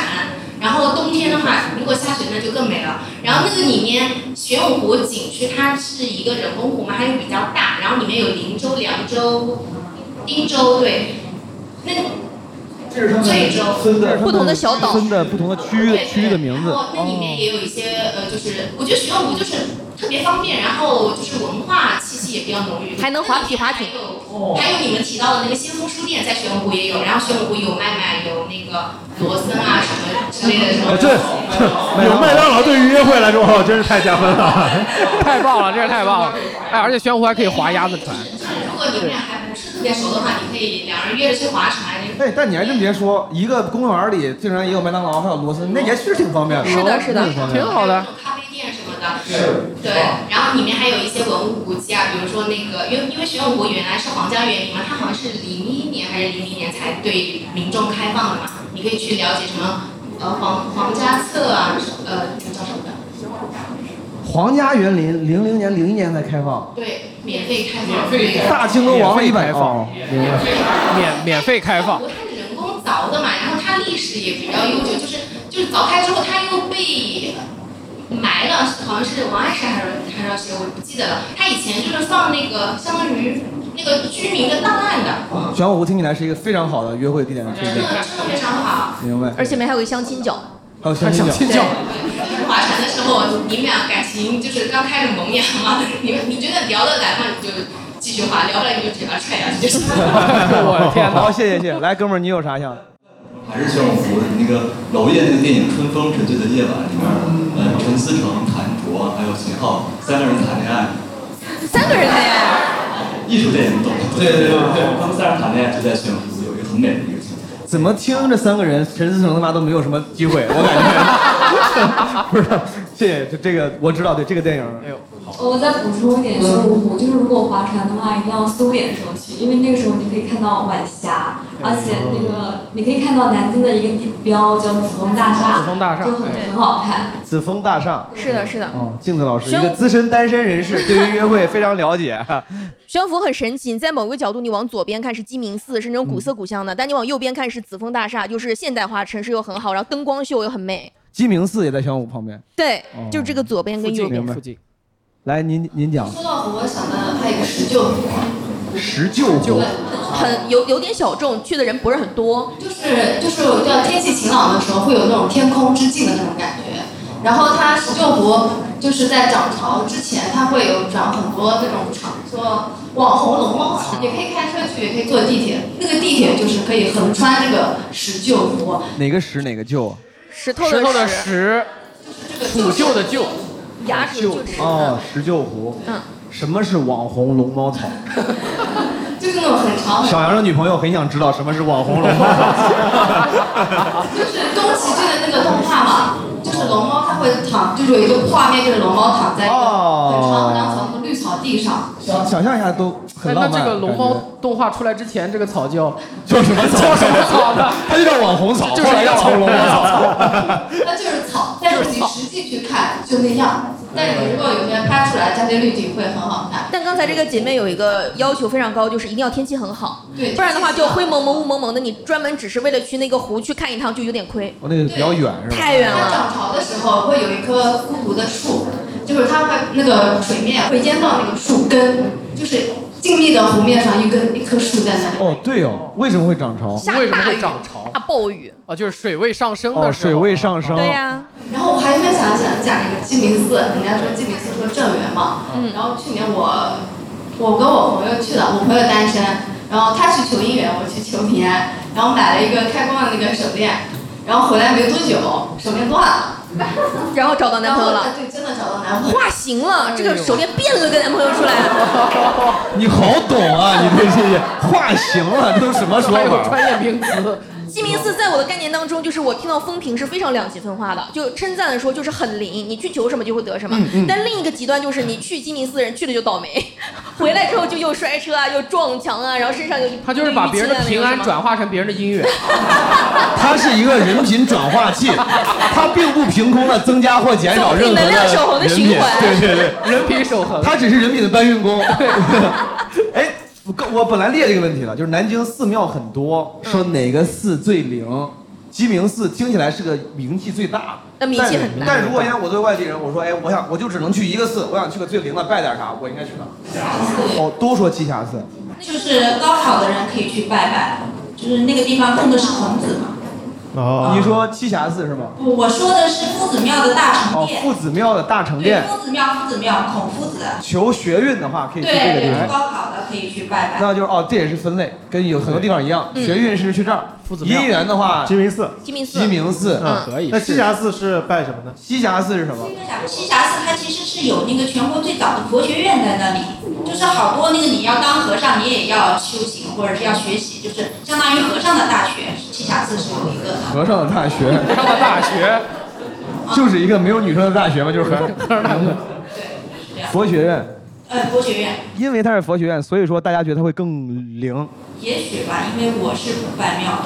M: 然后冬天的话，如果下雪那就更美了。然后那个里面玄武湖景区它是一个人工湖嘛，它又比较大，然后里面有林州、凉州、汀州，对，那醉州。
Q: 分的
G: 不同的小岛
Q: 分的不同的区域区域的名字。哦
M: 那里面也有一些呃，就是我觉得玄武湖就是特别方便，然后就是文化气息也比较浓郁，还能滑皮划艇。还有你们提到的那个先锋书店在玄武湖也有，然后玄武湖有麦麦，有那个罗森啊什么之类
Q: 啊
M: 的什 么。
B: 这这有麦当劳对于约会来说，哦真是太加分了。
C: 太棒了，真是太棒了！哎，而且玄湖还可以划鸭子船。
M: 如果你们俩还不是特别熟的话，你可以两人约着去划船。
Q: 哎，但你还真别说，一个公园里竟然也有麦当劳，还有罗森，那也是挺方便的。哦
M: 是的是的
Q: 挺方便
M: 挺好
C: 的。
M: 咖啡店什么的。对，然后里面还有一些文物古迹啊，比如说那个，因为因为玄武湖原来是皇家园林嘛，它好像是零一年还是零零年才对民众开放的嘛，你可以去了解什么呃皇皇家册啊，呃叫什么的，
Q: 皇家园林零零年、零一年才开放，
M: 对，免费开放，
Q: 大清宫王
C: 免
Q: 一
C: 费
Q: 百
C: 开放
Q: 哦，明白。
C: 免免费开放。
M: 人工凿的嘛，然后它历史也比较悠久，就是就是凿开之后它又被埋了，好像是王安石还是还是谁，我不记得了。它以前就是放那个相当于那个居民的档案的，
Q: 玄武湖听起来是一个非常好的约会地点的推荐，
M: 真的非常好。
Q: 明白。
G: 而且里面还有个相亲角。
D: 还有
M: 还
D: 相
M: 有
D: 亲
M: 相亲角划船的时候，你们俩感情就是刚开始萌芽嘛，你们你觉得聊得来吗？你就继续划，聊不来你就直接把他踹下去就行了。
R: 我的天哪
D: 好，谢谢谢谢，来哥们儿，你有啥想？
A: 还是像我们那个娄烨那个电影《春风沉醉的夜晚》里面，呃，陈思诚、谭卓还有秦昊三个人谈恋爱，啊
G: 三个人的呀，
A: 艺术电影懂吗？对对对对，他们三人谈恋爱就在悬浮，有一个很美的一个情节。
D: 怎么听这三个人，陈思诚他妈都没有什么机 会，我感觉。 不是，谢谢这这个我知道，对这个电影，哎呦，
N: 我再补充一点，就是我就是如果划船的话，一定要苏联时候去，因为那个时候你可以看到晚霞，而且那个你可以看到南京的一个地标叫紫峰大厦，
D: 紫峰大厦
N: 就很
D: 对
N: 很好看。
D: 紫峰大厦。
G: 是的，是的。
D: 哦，镜子老师
G: 宣
D: 一
G: 武
D: 个资深单身人 士，对于约会非常了解。
G: 悬浮很神奇，你在某个角度，你往左边看是鸡鸣寺，是那种古色古香的；但你往右边看是紫峰大厦，就是现代化，城市又很好，然后灯光秀又很美。
D: 鸡鸣寺也在玄武旁边。
G: 对
D: 哦，
G: 就是这个左边跟右边。
D: 明白。来，您您讲。
M: 说到湖，我想到还有一个石臼湖，
D: 石臼湖。
G: 很有有点小众，去的人不是很多。
M: 就是就是我叫天气晴朗的时候，会有那种天空之镜的那种感觉。然后它石臼湖就是在涨潮之前，它会有长很多那种长做网红龙猫草，也可以开车去，也可以坐地铁。那个地铁就是可以横穿这个石臼湖，
D: 哪个石哪个臼？
G: 石
C: 头的石
D: 石，
C: 土舅的舅，
G: 牙齿就
D: 哦，石臼湖。
G: 嗯，
D: 什么是网红龙猫草？
M: 就是那种很长
D: 小
M: 很
D: 杨的女朋友很想知道什么是网红龙猫
M: 就是
D: 草。
M: 宫崎骏的那个动画嘛，就是龙猫它会躺，就是有一个画面，就是龙猫躺在一个很长很长的绿草地上。
D: 哦想想象一下都
C: 哎
D: 很
C: 那
D: 浪漫。
C: 这个龙
D: 感
C: 猫
D: 觉
C: 动画出来之前，这个草叫
D: 叫什么草？
C: 叫什么草呢？
D: 它就叫网红草，
C: 就是
D: 后来叫网红龙猫草。
M: 它就是草，但是你实际去看就那样。但是如果有些人拍出来加些滤镜会很好看。
G: 但刚才这个姐妹有一个要求非常高，就是一定要天气很好，
M: 对
G: 不然的话就灰蒙蒙雾蒙蒙的，你专门只是为了去那个湖去看一趟就有点亏。
D: 哦我那个比较远是吧？
G: 太远
M: 它
G: 了。
M: 涨潮的时候会有一棵孤独的树，就是它会那个水面会淹到那个树根，就是静谧的湖面上一根一棵树在那里。
D: 哦，对哦，为什么会涨潮？
C: 为什么会涨潮？
G: 大暴雨
C: 啊，就是水位上升
D: 哦，
C: 的时
D: 水
C: 候。
D: 位上升。
M: 然后我还分享想讲一个鸡鸣寺，人家说鸡鸣寺说正缘嘛，然后去年我我跟我朋友去的，我朋友单身，然后他去求姻缘，我去求平安，然后买了一个开光的那个手链，然后回来没多久手链断了，
G: 然后找到男朋友了
M: 然后对，真的找到男朋友，
G: 化形了，这个手链变了个男朋友出来了。
D: 你好懂啊，你对这些化形了，都什么说
G: 还
D: 法？
G: 有专业
C: 名词。
G: 鸡鸣寺在我的概念当中，就是我听到风评是非常两极分化的，就称赞的说就是很灵，你去求什么就会得什么。
S: 嗯嗯
G: 但另一个极端就是你去鸡鸣寺的人去了就倒霉， 回来之后就又摔车啊，又撞墙啊，然后身上又
C: 他就是把别人的
G: 啊
C: 平安转化成别人的姻缘。
D: 它是一个人品转化器， 它并不凭空的增加或减少任何
C: 总体能量守恒
D: 人
C: 的
D: 品。
C: 循环
D: 对对对，
C: 人品守恒
D: 它只是人品的搬运工。 哎，我刚我本来列这个问题了，就是南京寺庙很多，
C: 嗯
D: 说哪个寺最灵？鸡鸣寺听起来是个名气最大，
G: 那名气很大
D: 但但如果像我作为外地人，我说，哎，我想我就只能去一个寺，我想去个最灵的拜点啥，我应该去哪？哦，都说栖霞寺。
E: 就是高考的人可以去拜拜，就是那个地方供的是孔子嘛。
D: 哦，你说栖霞寺是吗？
E: 不我说的是夫子庙的大成
D: 哦，
E: 殿，
D: 夫子庙的大成
E: 对，
D: 哦殿。
E: 夫子庙，夫子庙，孔夫子，
D: 求学运的话，可以
E: 对
D: 去这个地
E: 对，
D: 方。
E: 高考的可以去拜拜。
D: 那就是哦，这也是分类，跟有很多地方一样。
E: 嗯
D: 学运是去这儿，
B: 庙
D: 姻缘的话，
B: 鸡鸣寺
G: 鸡鸣
D: 鸡鸣寺
B: 嗯可以那栖霞寺是拜什么呢？
D: 栖霞寺是什么？
E: 栖霞寺它其实是有那个全国最早的佛学院在那里，就是好多那个你要当和尚，你也要修行或者是要学习，就是相当于和尚的大学。栖霞寺是有一个的。
D: 和尚的大学，
C: 和尚的大学，
D: 就是一个没有女生的大学嘛，就是和尚 和尚大学，佛学院。
E: 呃，佛学院
D: 因为它是佛学院，所以说大家觉得它会更灵。
E: 也许吧，因为我是不拜庙的。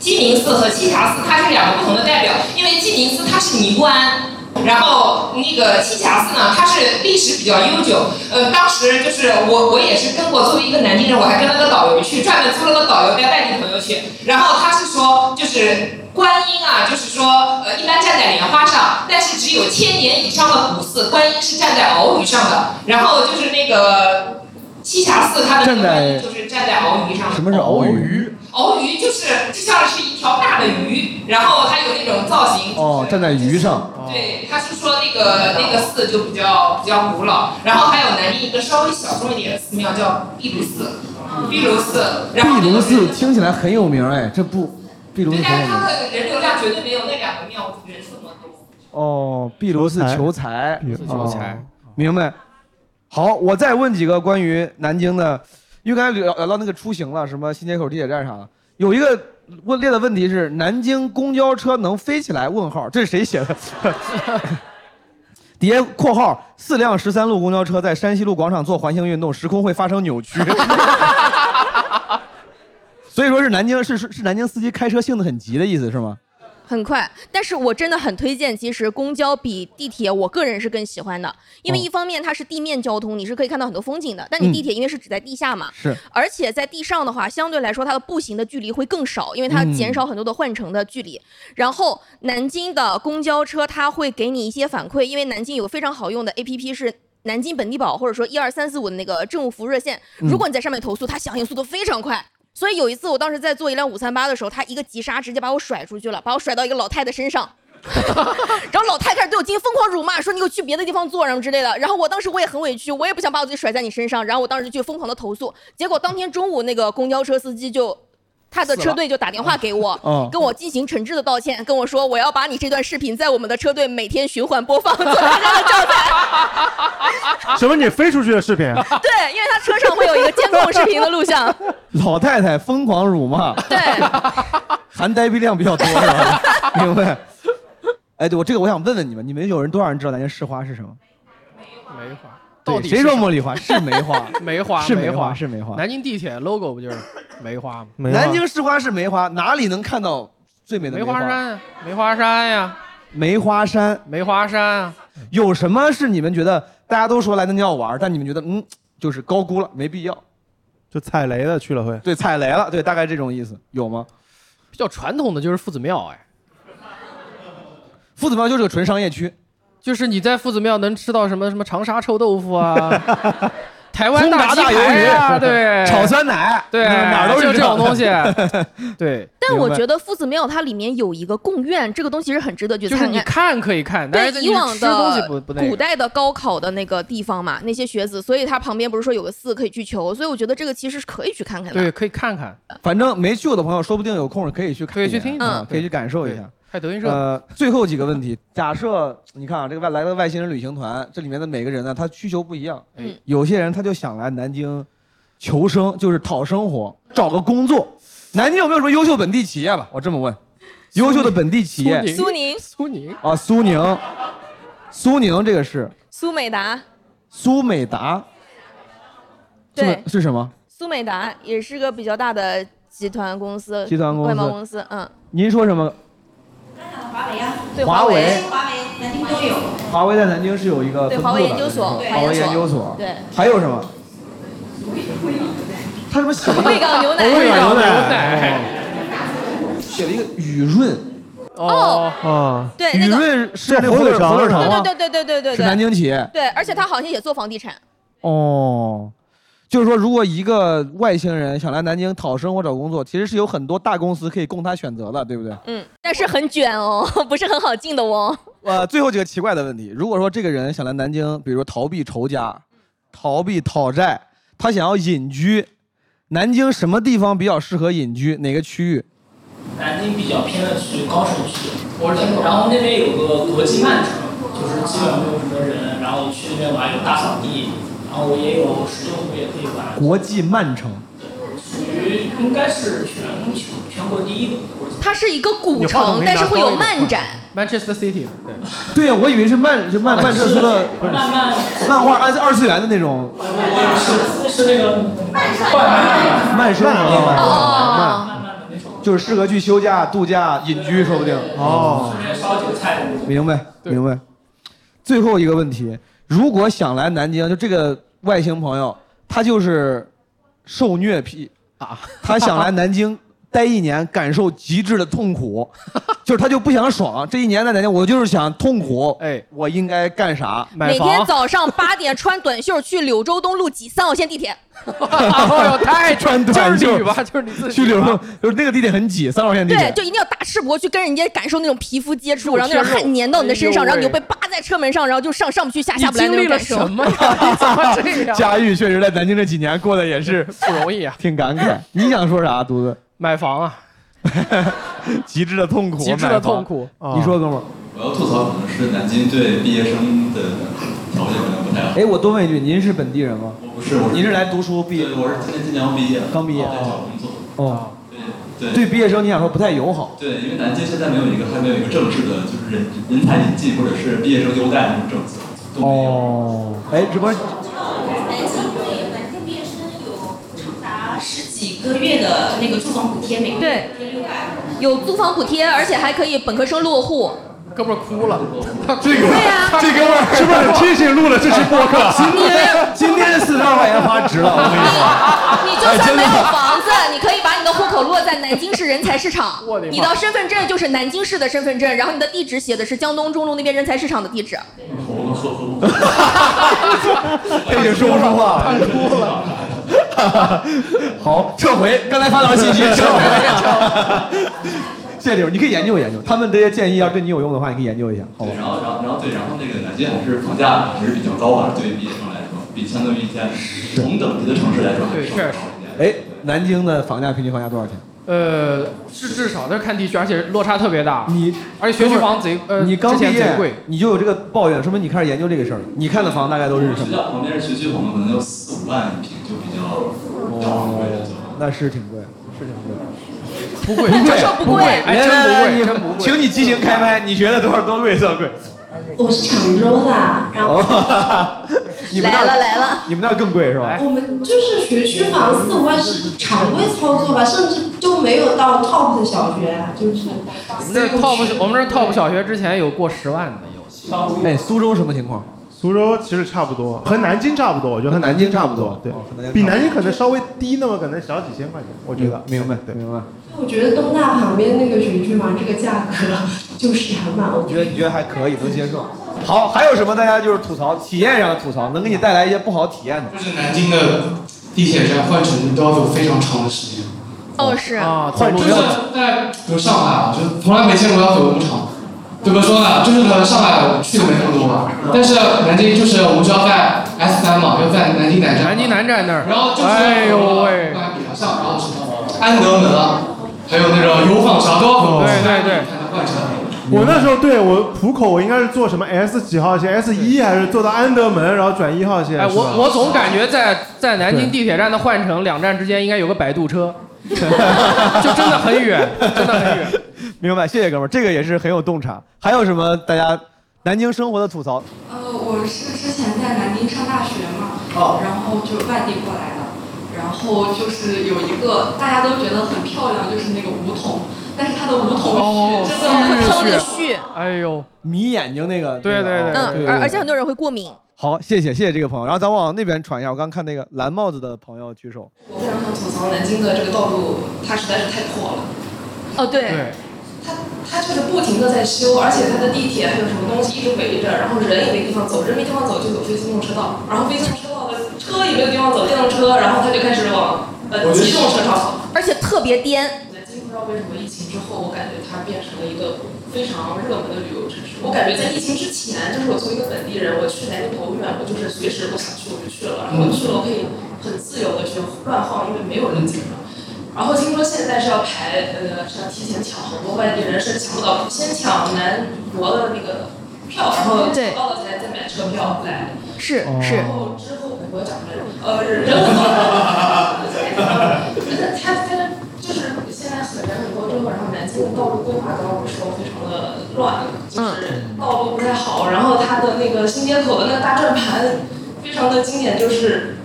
H: 鸡鸣寺和栖霞寺它是两个不同的代表，因为鸡鸣寺它是尼姑庵。然后那个栖霞寺呢，它是历史比较悠久。呃，当时就是我我也是跟过，作为一个南京人，我还跟了个导游去，专门租了个导游带外地朋友去。然后他是说，就是观音啊，就是说呃，一般站在莲花上，但是只有千年以上的古寺，观音是站在鳌鱼上的。然后就是那个栖霞寺它的那
D: 站
H: 个
D: 在
H: 就是站在鳌鱼上
D: 什
H: 面。
D: 么是鳌鱼？
H: 鳌鱼就是就像是一条大的鱼，然后它有那种造型，
D: 哦，站在鱼上。
H: 对，他是说那个那个寺就比较比较古老，然后还有南京一个稍微小众一点的寺庙叫壁炉寺，壁炉寺，然后
D: 壁炉寺听起来很有名哎，这不，壁炉
H: 对
D: 寺，很
H: 但
D: 有
H: 是它
D: 名。
H: 的人流量绝对没有那两个庙人数那么多。
D: 哦，壁炉寺求财，
C: 求财
D: 哦，明白。好，我再问几个关于南京的，因为刚才聊聊到那个出行了，什么新街口地铁站啥的，有一个问列的问题是南京公交车能飞起来？问号，这是谁写的？ 底下括号四辆十三路公交车在山西路广场做环形运动，时空会发生扭曲。 所以说是南京是是是南京司机开车性子很急的意思是吗？
G: 很快，但是我真的很推荐，其实公交比地铁，我个人是更喜欢的，因为
D: 哦
G: 一方面它是地面交通，你是可以看到很多风景的，但你
D: 嗯
G: 地铁因为是只在地下嘛，
D: 是
G: 而且在地上的话，相对来说它的步行的距离会更少，因为它
D: 嗯
G: 减少很多的换乘的距离。然后南京的公交车它会给你一些反馈，因为南京有个非常好用的 APP 是。南京本地宝或者说一二三四五的那个政务服务热线，
M: 嗯
G: 如果你在上面投诉，它响应速度非常快。所以有一次，我当时在坐一辆五三八的时候，他一个急刹，直接把我甩出去了，把我甩到一个老太太身上。然后老太开始对我进行疯狂辱骂，说你给我去别的地方坐什么之类的。然后我当时我也很委屈，我也不想把我自己甩在你身上。然后我当时就疯狂的投诉，结果当天中午那个公交车司机就。他的车队就打电话 给我，
D: 嗯
G: 跟我进行诚挚的道歉，跟我说我要把你这段视频在我们的车队每天循环播放，做成这个状态。
B: 什么？你飞出去的视频？
G: 对，因为他车上会有一个监控视频的录像。
D: 老太太疯狂辱骂，对， 含呆逼量比较多，是吧？ 明白？哎，对我这个我想问问你们，你们有人多少人知道南京市花是什么？
C: 梅花，
D: 对
C: 到底
D: 谁说
C: 是
D: 茉莉花是梅花
C: 梅花
D: 是梅花
C: 花
D: 是梅花
C: 南京地铁 logo 不就是 梅花吗？
D: 南京市花是梅花，哪里能看到最美的
C: 梅
D: 梅
C: 花山啊，梅花山呀，
D: 梅花山，
C: 梅花山啊，
D: 有什么是你们觉得大家都说来南京要玩，但你们觉得嗯，就是高估了，没必要？
B: 就踩雷的去了会。
D: 对，踩雷了，对，大概这种意思，有吗？
C: 比较传统的就是夫子庙，哎，
D: 夫子庙就是个纯商业区，
C: 就是你在夫子庙能吃到什么什么长沙臭豆腐 啊，台湾
D: 轰炸
C: 大鸡
D: 大
C: 排
D: 鱿
C: 啊，
D: 鱼，
C: 对，
D: 炒酸奶，
C: 对，
D: 哪儿都是
C: 就这种东西， 对。
G: 但我
C: 明白
G: 觉得夫子庙它里面有一个贡院，这个东西是很值得去
C: 就
G: 参
C: 是
G: 观。
C: 你看可以看，但是
G: 对以往
C: 你吃东西不
G: 的
C: 不那个。
G: 古代的高考的那个地方嘛，那些学子，所以它旁边不是说有个寺可以去求，所以我觉得这个其实是可以去看看的。
C: 对，可以看看。
D: 反正没去过的朋友，说不定有空可以去看一眼，
C: 可以去听一听
D: 啊
C: 对
D: 可以去感受一下。
C: 还有德云社，
D: 呃，最后几个问题，假设你看啊，这个外来的外星人旅行团，这里面的每个人呢，他需求不一样。
C: 嗯
D: 有些人他就想来南京求生，就是讨生活，找个工作。南京有没有什么优秀本地企业吧？我这么问，优秀的本地企业，
G: 苏宁、
C: 苏宁、
D: 啊，苏宁，苏宁这个是
G: 苏美达，
D: 苏美达，是
G: 对，
D: 是什么？
G: 苏美达也是个比较大的集团公司，
D: 集团公司
G: 外贸公司，嗯，
D: 您说什么？
G: 对，
D: 华
G: 为，
D: 为
G: 华为南京都有，
D: 华为在南京是有一个
G: 对，
D: 分
G: 华
D: 部
G: 为
D: 的嗯
G: 研究所，
D: 华为研究所，
G: 对，
D: 还有什么？他怎么写了一个
G: 味港牛奶
D: 哦
G: 味
D: 味港
G: 港
D: 牛
G: 牛
D: 奶， 写了一个雨润。
G: 哦
B: 哦，
G: 对
D: 啊雨
G: 那个
D: 润是那
B: 火腿肠
D: 火腿肠吗？
G: 对对对对对对，
D: 是南京企业
G: 对，而且他好像也做房地产，
D: 哦，就是说，如果一个外星人想来南京讨生活找工作，其实是有很多大公司可以供他选择的，对不对？
G: 嗯，但是很卷哦， 不是很好进的哦。
D: 呃，最后几个奇怪的问题，如果说这个人想来南京，比如说逃避仇家、逃避讨债，他想要隐居，南京什么地方比较适合隐居？哪个区域？
I: 南京比较偏的区，高淳区，我是听过。然后那边有个国际漫城，就是基本上没有什么人，然后去那边玩有大扫地，然后也有十六湖也可以玩，
D: 国际漫城。
I: 属于应该是全球全国第一个国际。
G: 它是一个古
I: 你话筒没
G: 城，
I: 拿
G: 但是会有
I: 高一点
C: 嗯
G: 漫展，
C: Manchester City，对，
D: 对呀，我以为是漫就漫
I: 啊
D: 漫彻斯的
I: 不是漫漫
D: 漫画二二次元的那种
I: 是是那个
D: 漫生活
I: 漫漫
D: 漫，就是适合去休假、度假、隐居，说不定。哦，
I: 顺便烧韭菜的那种。
D: 明白明白。最后一个问题，如果想来南京，就这个外星朋友，他就是受 虐癖啊，他想来南京待一年，感受极致的痛苦，就是他就不想爽。这一年在南京，我就是想痛苦。哎，我应该干啥？
G: 每天早上八点穿短袖去柳州东路挤三号线地 铁。
C: 哎呦， 太
D: 穿短
C: 就是
D: 袖
C: 你吧，就是你自己吧。
D: 去柳州，就是那个地铁很挤，三号线地
G: 对
D: 铁，。
G: 就一定要大赤膊去跟人家感受那种皮肤接触，
D: 肉
G: 然后那种
D: 贴肉
G: 汗粘到你的身
D: 哎
G: 上，
D: 呦
G: 然后你就
D: 喂
G: 被扒在车门上，然后就上上不去下下不来
C: 你
G: 那
C: 经
G: 种
C: 历了
G: 感受。
C: 什么呀？你怎么这 样？
D: 佳玉确实在南京这几年过得也是不容易啊，挺感慨。你想说啥，犊子？
C: 买房啊，
D: 极致的痛 苦，
C: 极致的
D: 买房哦
C: 痛苦
D: 你说，哥们儿。
L: 我要吐槽可能是南京对毕业生的条件可能不太好。
D: 哎，我多问一句，您是本地人吗？我
L: 不是我是
D: 您是来读书毕业？
L: 我是今年今年刚毕业，
D: 刚毕业。
L: 在找工作。
D: 哦，
L: 对
D: 对毕业生你想说不太友好。
L: 对，因为南京现在没有一个还没有一个正式的，就是人人才引进或者是毕业生优待那种政策。
D: 哦，哎，直播
H: 达十几个月的那个住房补贴，每个
G: 对， 有租房补贴，而且还可以本科生落户。
C: 哥们儿哭 了，
D: 这个
G: 对呀、
D: 这哥们儿
B: 是不是很贴心录了这期播客
D: 今天今天四十二块钱花值了，我跟你说。
G: 你就
D: 哎
G: 算
D: 真
G: 没
D: 的
G: 有房子，你可以把你的户口落在南京市人才市场
C: 我的，妈
G: 你的身份证就是南京市的身份证，然后你的地址写的是江东中路那边人才市场的地址。
D: 他已经哎说不出话了，
C: 哭 了。
D: 好，撤回刚才发到的信息，撤回。谢谢刘，你可以研究研究，他们这些建议要对你有用的话，你可以研究一下，好吧
L: 对，？然后然后然后对，然后那个南京还是房价还是比较高吧，对于毕业生来说，比相对于一些同等级的城市来说还是稍微高一点。
D: 哎，南京的房价平均房价多少钱？
C: 呃，是至少，但是看地区，而且落差特别大。
D: 你
C: 而且学区房贼呃，
D: 你刚
C: 之
D: 毕
C: 前
D: 业
C: 贼贵，
D: 你就有这个抱怨，说明你开始研究这个事儿了。你看的房大概都是什
L: 学
D: 么？
L: 校旁边是学区房，可能要四五万一平就比较昂贵了。
D: 那是挺贵，是挺贵。
C: 不
L: 贵
D: 不
L: 这事儿不贵
D: 哎，
L: 哎真不贵
D: 来来来
L: 真不贵
D: 请你激情开麦，你觉得多少多贵算贵？
H: 我是常州的，然后
D: 哦，你们那儿
H: 来了来了，
D: 你们那儿更贵是吧？
H: 我们就是学区房四五万是常规操作吧，甚至就没有到 top 的小学，啊就是
C: 我们这 top 我们这 top 小学之前有过十万的有。
D: 哎，苏州什么情况？
B: 苏州其实差不多，和南京差不多，我觉得和南京差不多，对，比哦南京可能稍微低那么可能小几千块钱，我觉得。
D: 明白，对，明白。
H: 我觉得东大旁边那个学区房这个价格就是还蛮 OK
D: 你觉得你觉得还可以，能接受。好，还有什么大家就是吐槽体验上的吐槽，能给你带来一些不好体验的？就是
J: 南京的地铁站换乘都要走非常长的时间，
G: 哦，是
C: 啊，
J: 就是在比如上海啊，就是从来没见过要走那么长。怎么说呢？就是呢，上海我去的没那么多吧，但是南京就是我们是要在 S 三嘛，要在南京南站，
C: 南京南站那儿，
J: 然后就是
C: 哎呦喂，
J: 安德门啊，还有那种油坊啥都要走，
C: 对对对，
J: 啊换乘。
B: 我那时候对我浦口，我应该是坐什么 S 几号线，S 一还是坐到安德门，然后转一号线？
C: 哎，
B: 是吧
C: 我我总 感觉在在南京地铁站的换乘两站之间应该有个摆渡车，就真的很远，真的很远。
D: 明白，谢谢哥们儿，这个也是很有洞察。还有什么大家南京生活的吐槽？
M: 呃，我是之前在南京上大学嘛，
H: 哦
M: 然后就外地过来的，然后就是有一个大家都觉得很漂亮，就是那个梧桐，但是它的梧桐
C: 哦
M: 是真的
G: 飘的
C: 絮，哎呦，
D: 迷眼睛那个，哦
C: 对对对对
G: 嗯，而而且很多人会过敏。
D: 好，谢谢谢谢这个朋友。然后咱往那边传一下，我刚看那个蓝帽子的朋友举手。
H: 我非常想吐槽南京的这个道路，它实在是太破了。
G: 哦，对，
H: 它就是不停的在修，而且它的地铁还有什么东西一直围着，然后人也没地方走，人没地方走就有非机动车道，然后非机动车道的车也没有地方走，电动车，然后它就开始往呃机动车道跑。
G: 而且特别颠。
H: 南京不知道为什么疫情之后，我感觉它变成了一个非常热门的旅游城市。我感觉在疫情之前，就是我作为一个本地人，我去南京多远，我就是随时我想去我就去了，然后去了我可以很自由的去乱晃，因为没有人盯着。然后听说现在是要排，呃，是要提前抢，好多外地人是抢不到，先抢南国的那个票，然后抢到了才再买车票来。
G: 是
H: 是。然后之后我讲不来，呃，人很多，真的他他就是现在很人很多之后，然后南京的道路规划刚刚不是说非常的乱，就是道路不太好，然后它的那个新街口的那个大转盘非常的经典，就是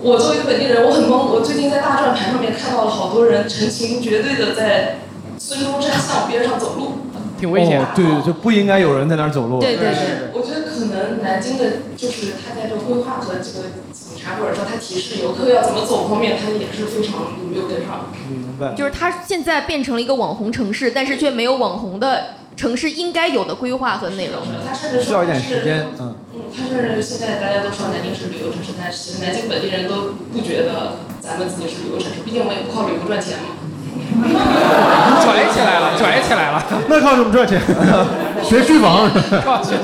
H: 我作为一个本地人，我很懵。我最近在大转盘上面看到了好多人成群结队的在孙中山像边上走路。
C: 挺
D: 危险、哦对对，就不应该有人在那儿走路。
H: 我觉得可能南京的就是它在这个规划和这个警察察，或者说他提示游客要怎么走方面，他也是非常没有跟上。
D: 嗯明白。
G: 就是它现在变成了一个网红城市，但是却没有网红的城市应该有的规划和内容。
H: 他甚至说
D: 需要一点时间，嗯，
H: 嗯，他是现在大家都说南京是旅游城市，但是其实南京本地人都不觉得咱们自己是旅游城市，毕竟我们也不靠旅游赚钱嘛。
C: 拽起来了，拽起来了。
B: 那靠什么 赚钱？学区房。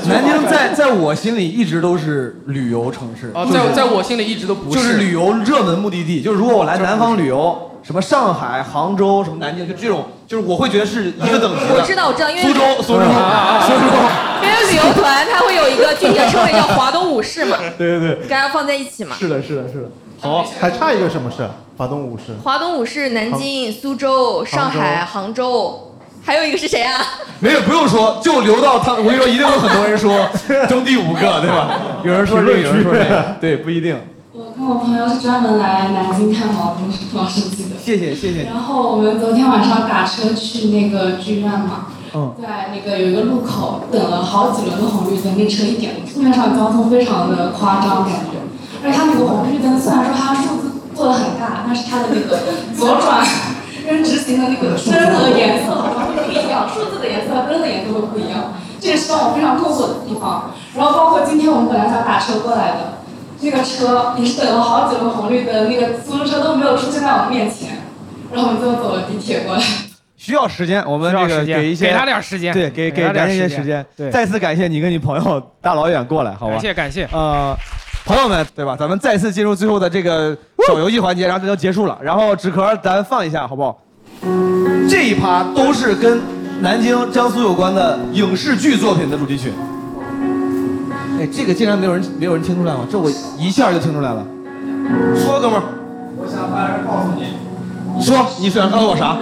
D: 南京在在我心里一直都是旅游城市
C: 啊，
D: 就是
C: 在在我心里一直都不
D: 就是旅游热门目的地。就是如果我来南方旅游，什么上海、杭州、什么南京，就这种，就是我会觉得是一个等级的。
G: 我知道，我知道，因为
D: 苏州，苏州，苏州。啊
G: 因为旅游团它会有一个具体的称谓叫华东五市 嘛，
D: 对对对，
G: 大家放在一起嘛。
D: 是的，是的，是的。
B: 好，还差一个什么事？华东五市。
G: 华东五市、南京、苏州、上海、杭州，还有一个是谁啊？
D: 没有，不用说，就留到他。我跟你说，一定有很多人 说争第五个，对吧？有人说这个，有人说那个，对，不一定。
N: 我跟我朋友是专门来南京看 毛主毛主席的。
D: 谢谢，谢谢你。
N: 然后我们昨天晚上打车去那个剧院嘛，
D: 嗯，
N: 在那个有一个路口等了好几轮的红绿灯，那车一点都不。路面上交通非常的夸张，感觉。而且它那个红绿灯虽然说它数字做的很大，但是它的那个 左转跟直行的那个灯和颜色好像会不一样，数字的颜色、灯的颜色会不一样，这也是让我非常困惑的地方。然后包括今天我们本来想打车过来的，那个车也是等了好几轮红绿灯，那个出租车都没有出现在我们面前，然后我们就走了地铁过来。
D: 需要时间，我们
C: 需要
D: 这个
C: 时间
D: 给一些，
C: 给他点时间
D: 对，给
C: 给他点
D: 咱一些
C: 时间对
D: 再次感谢你跟你朋友大老远过来，好吧？
C: 感谢感谢。
D: 呃，朋友们，对吧？咱们再次进入最后的这个小游戏环节，然后这就结束了。然后纸壳咱放一下，好不好？这一趴都是跟南京、江苏有关的影视剧作品的主题曲。哎，这个竟然没有人没有人听出来吗？这我一下就听出来了。说，哥们儿，
A: 我想把人告诉你，
D: 说你想告诉我啥？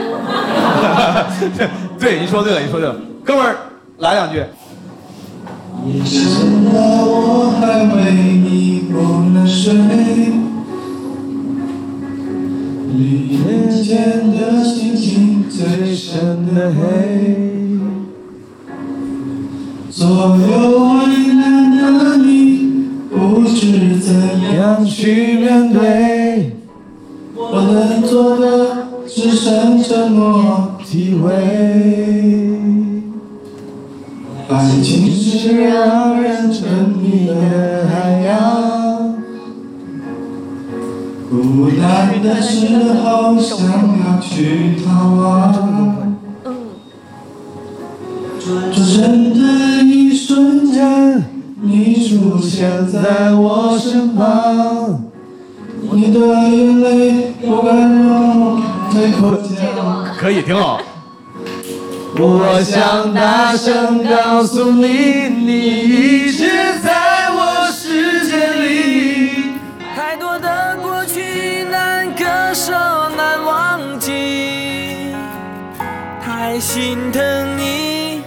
D: 对，你说对了，你说对了，哥们儿，来两句。
A: 你知道我还为你不能睡，你眼间的星星最深的黑，左右为难的你不知怎样去面对，我能做的只剩沉默体会。爱情是让人沉迷的海洋，孤单的时候想要去逃亡。转身的一瞬间，你出现在我身旁，你的眼泪不敢让我太过奖。
D: 可以，挺好。
A: 我想大声告诉你，你一直在我世界里。
K: 太多的过去难割舍，难忘记。太心疼你，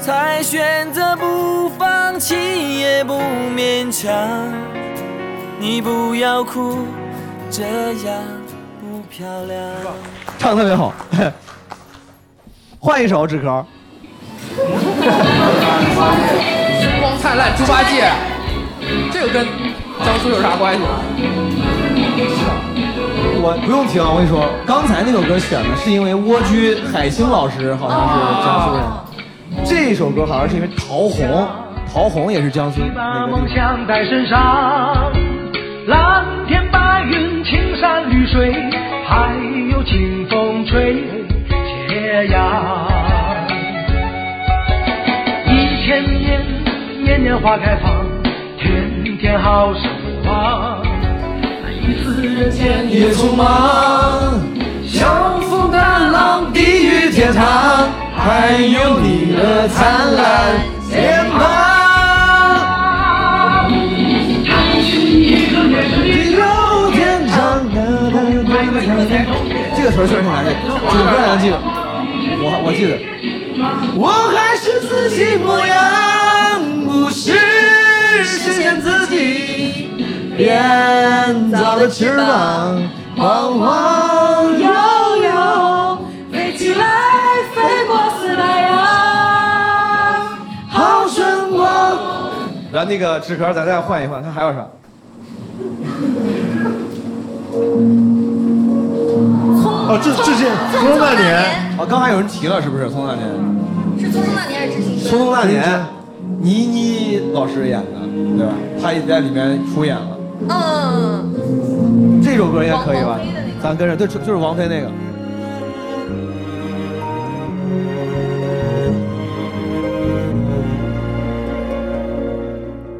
K: 才选择不放弃，也不勉强。你不要哭，这样不漂亮。
D: 唱得特别好。换一首纸壳，
C: 星光灿烂猪八戒，这个跟江苏有啥关系？
D: 我不用听，我跟你说，刚才那首歌选的是因为蜗居海清老师好像是江苏人，这首歌好像是因为陶虹，陶虹也是江苏那个地方。
K: 在身上，蓝天白云、青山绿水，还有清风吹斜阳。一千年，年年花开放，天天好生活。一次人间也匆忙，
A: 相逢的浪，地狱天堂，还有你的灿烂脸庞。
K: 抬起一个眼神地
A: 老天长，
D: 这个词儿确实挺难背，主歌难记得，我我记得。
A: 我还是自己模样，不是实现自己编造的翅膀，晃晃悠悠，飞起来，飞过四大洋，好生活。
D: 然后那个纸壳咱再换一换，它还有啥？
B: 哦，致致敬
G: 匆匆那年，
D: 哦，刚才有人提了，是不是《匆匆那年》？
G: 是匆匆那年还是知青
D: 《匆匆那年》，倪妮老师演的，对吧？她也在里面出演了。
G: 嗯，
D: 这首歌应该可以吧？咱跟着，对，就就是王菲那个。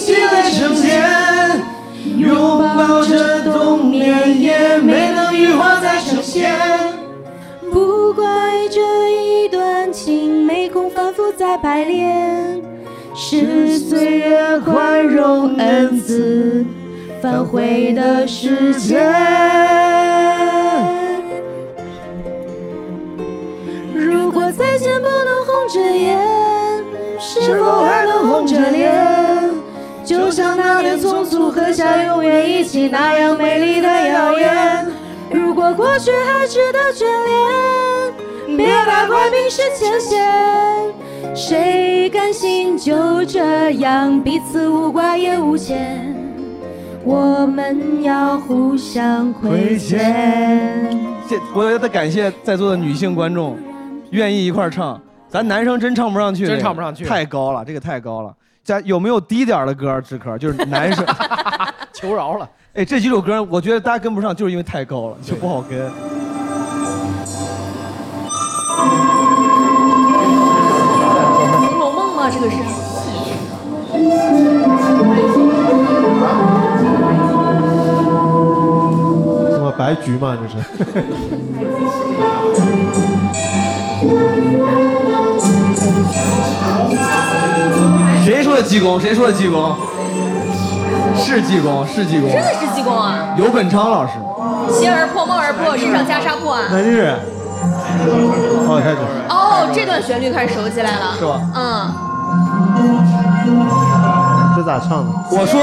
A: 积累成茧，拥抱着冬眠也没能羽化再成仙。
E: 不怪这一段情没空反复再排练，
A: 是岁月宽容恩赐，反悔的时间。
E: 如果再见不能红着眼，
A: 是否还能红着脸？就像那年匆促喝下永远一起那样美丽的谣言。如果过去还值得眷恋，别把怪病是前嫌。谁甘心就
G: 啊
A: 这样彼此无挂也无牵？我们要互相亏欠。
D: 这我也得感谢在座的女性观众，愿意一块儿唱。咱男生真唱不上去，
C: 真
D: 这个
C: 唱不上去
D: 太高了，这个太高了。咱有没有低点儿的歌儿？志科就是男生，
C: 求饶了。
D: 哎，这几首歌儿我觉得大家跟不上，就是因为太高了，就不好跟。
G: 《红楼梦》吗？这个是。
B: 什么白菊嘛，这是。
D: 谁说的济公？谁说的济公？是济公，是济公，
G: 真的是济公啊！
D: 尤本昌老师。
G: 鞋而破，帽而破，身上袈裟破啊！
B: 南京人。哦，开始。
G: 哦，这段旋律开始熟起来了，
B: 是吧？
G: 嗯，
B: 这咋唱的？
D: 我说，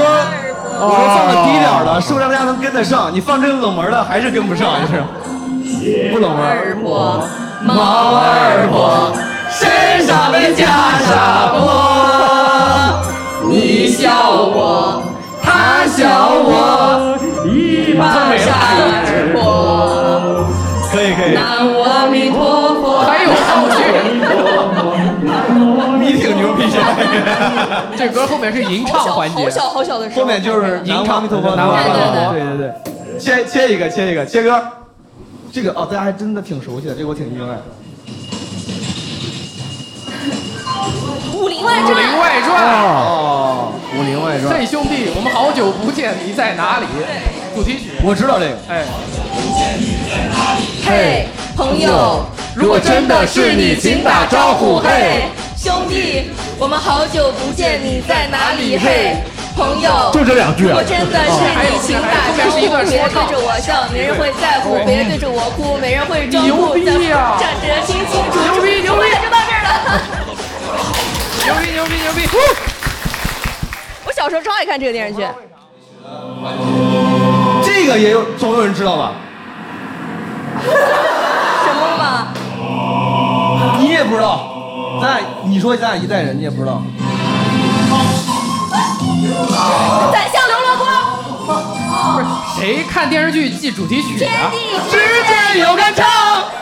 D: 我说放的低点儿的，是不是让大家能跟得上？你放这个冷门的，还是跟不上，就是不冷门儿。
A: 猫儿婆，身上的袈裟破，你笑
G: 啊
A: 我，他笑我，一把扇而过。
D: 可以可
A: 南无阿弥陀佛，
C: 还有后
D: 续，你挺牛逼的。
C: 这歌后面是吟唱环节，
G: 好小好小的时候，
D: 后面就是
C: 吟
D: 南无阿弥
C: 唱
D: 陀佛，
C: 南无阿弥陀佛
D: 对对对对，切切一个，切一个，切歌。这个哦，大家还真的挺熟悉的，这个我挺意外。
G: 《武林外传》。
C: 武林外传
D: 哦，《武林外传
C: 嘿，》，兄弟，我们好久不见，你在哪里？主题曲，
D: 我知道这个。
C: 哎，
G: 嘿，朋友，
C: 如果真的是你请打招呼嘿，
G: 兄弟，我们好久不见，你在哪里？嘿，朋友，
B: 就这两句啊
G: 如果真的
C: 哦
G: 是你，请打招呼，别对着我笑，没人会在乎，
C: 哦
G: 别对着我哭，没人会装酷，
C: 哎牛逼啊
G: 站着清清楚楚，
C: 牛逼牛逼
G: 就到这儿了。
C: 牛逼牛逼牛逼！
G: 我小时候超爱看这个电视剧，
D: 这个也有，总有人知道吧？
G: 什么嘛？
D: 你也不知道，咱俩你说咱俩一代人，你也不知道。
G: 宰相刘罗锅。
C: 谁看电视剧记主题曲啊？
A: 只见有杆秤，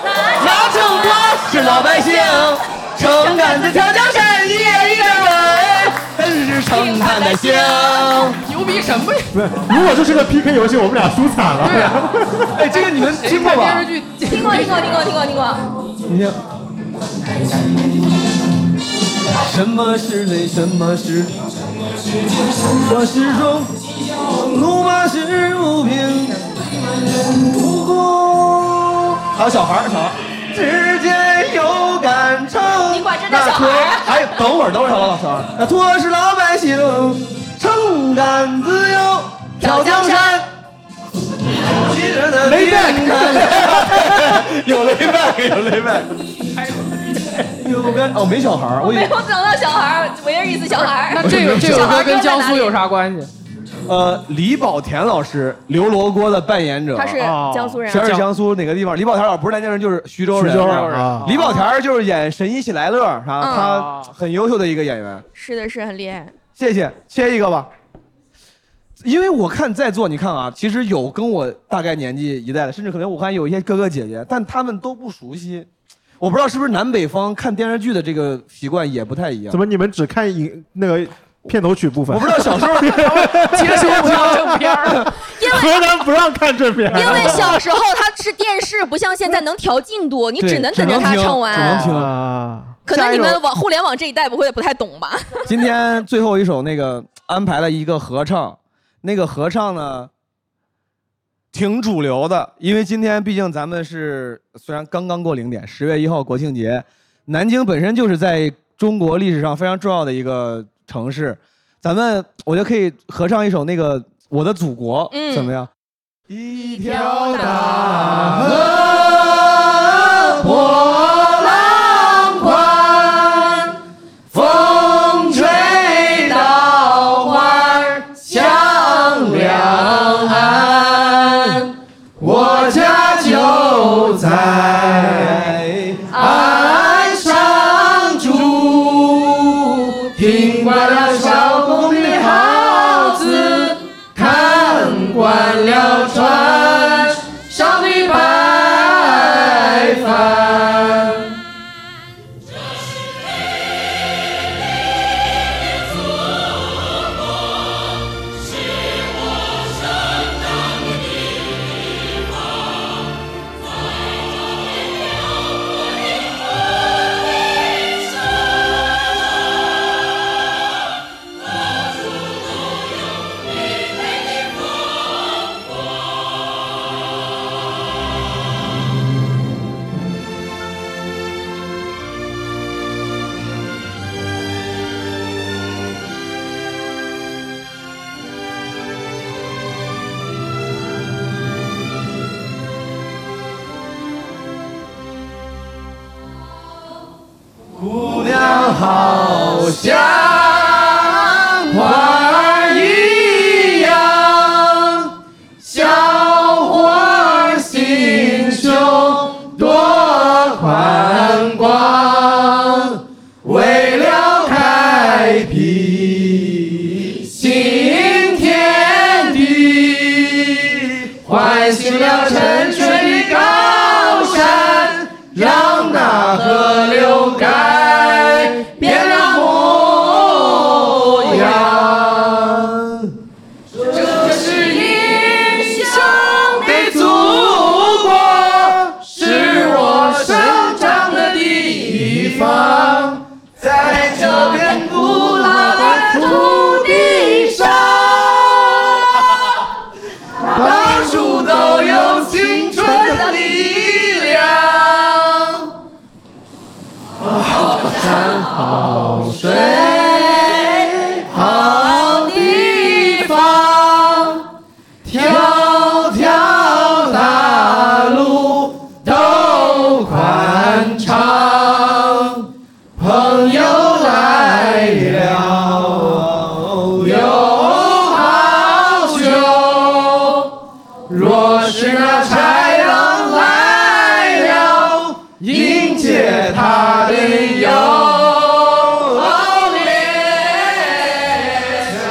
A: 拿秤砣是老百姓，撑杆子条条山，一人一人稳，本是盛产的香。
C: 牛逼什么呀？
B: 不是，如果这是个 PK 游戏，我们俩输惨了。
C: 对
B: 啊。
D: 哎，这个你们
C: 谁看电视剧？
G: 听过听过听过听过听过。
D: 你听。什么是对，什么是
A: 我始终怒骂是无凭无故。
D: 还有小孩儿，小孩儿。
A: 只见有杆秤，
D: 那
A: 那哎
D: 托
A: 托
D: 还有等会儿，等会儿，小老小孩儿。
A: 那托是老百姓，撑杆子哟，挑江山。
D: 没带
A: 看。
H: 有 layback，有 layback。有
D: 哎
H: 跟哦，没小孩儿，我以
G: 没
H: 为
G: 有整到小孩儿，唯一一次小孩儿。
C: 那这个这首歌跟江苏有啥关系？
D: 呃，李保田老师，刘罗锅的扮演者，哦
G: 他是江苏人啊
D: 全是江苏哪个地方？李保田老师不是南京人，就是徐州人。
B: 徐州人啊
D: 李保田就是演《神医喜来乐》啥，
G: 嗯
D: 他很优秀的一个演员。
G: 是的，是很厉害。
D: 谢谢，切一个吧。因为我看在座，你看啊，其实有跟我大概年纪一代的，甚至可能我还有一些哥哥姐姐，但他们都不熟悉。我不知道是不是南北方看电视剧的这个习惯也不太一样。
B: 怎么你们只看影那个片头曲部分？
D: 我不知道小时 候
B: 接受不了正片
G: 儿，
B: 河南不让看正片儿，
G: 因为小时候它是电视，不像现在能调进度，你
D: 对
G: 只能等着它唱完。
D: 听
B: 啊。
G: 可能你们网互联网这一代不会不太懂啊吧？
D: 今天最后一首那个安排了一个合唱，那个合唱呢挺主流的，因为今天毕竟咱们是虽然刚刚过零点，十月一号国庆节，南京本身就是在中国历史上非常重要的一个城市，咱们我就可以合唱一首那个《我的祖国》，
B: 嗯
D: 怎么样？
B: 一条大
A: 河波浪宽，风吹稻花香两岸。我家就在岸上住，听惯了艄啊公的号子，看惯了船上的白帆。姑娘好像花儿一样，小伙儿心胸多宽广，为了开辟新天地，唤醒了沉睡的高山。让那河流改变了模样。这是英雄的祖国，是我生长的地方，在这片古老的土地上，到处都有青春的力量。好水，好地方，条条大路都宽敞，朋友来了有好酒，若是那豺狼来了，迎接他的友列强。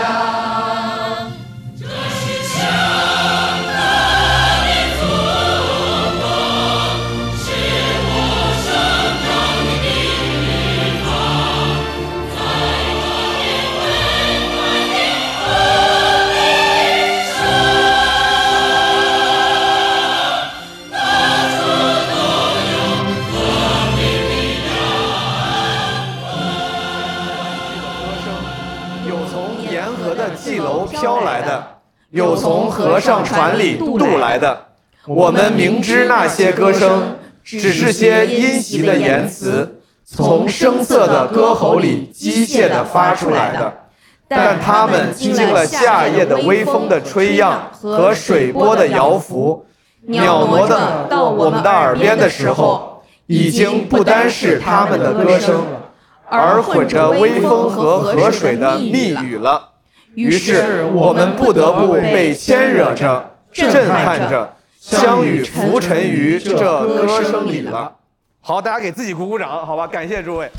H: 有从沿河的蓟楼飘来的，有从河上船里渡来的。我们明知那些歌声只是些阴习的言辞，从声色的歌喉里机械地发出来的，但他们经历了夏夜的微风的吹漾和水波的摇浮，
D: 鸟挪的到我们的耳边的时候，已经不单是它们的歌声，而混着微风和河水的密语了。于是我们不得不被牵惹着、震撼着，相与浮沉于这歌声里了。好，大家给自己鼓鼓掌，好吧？感谢诸位。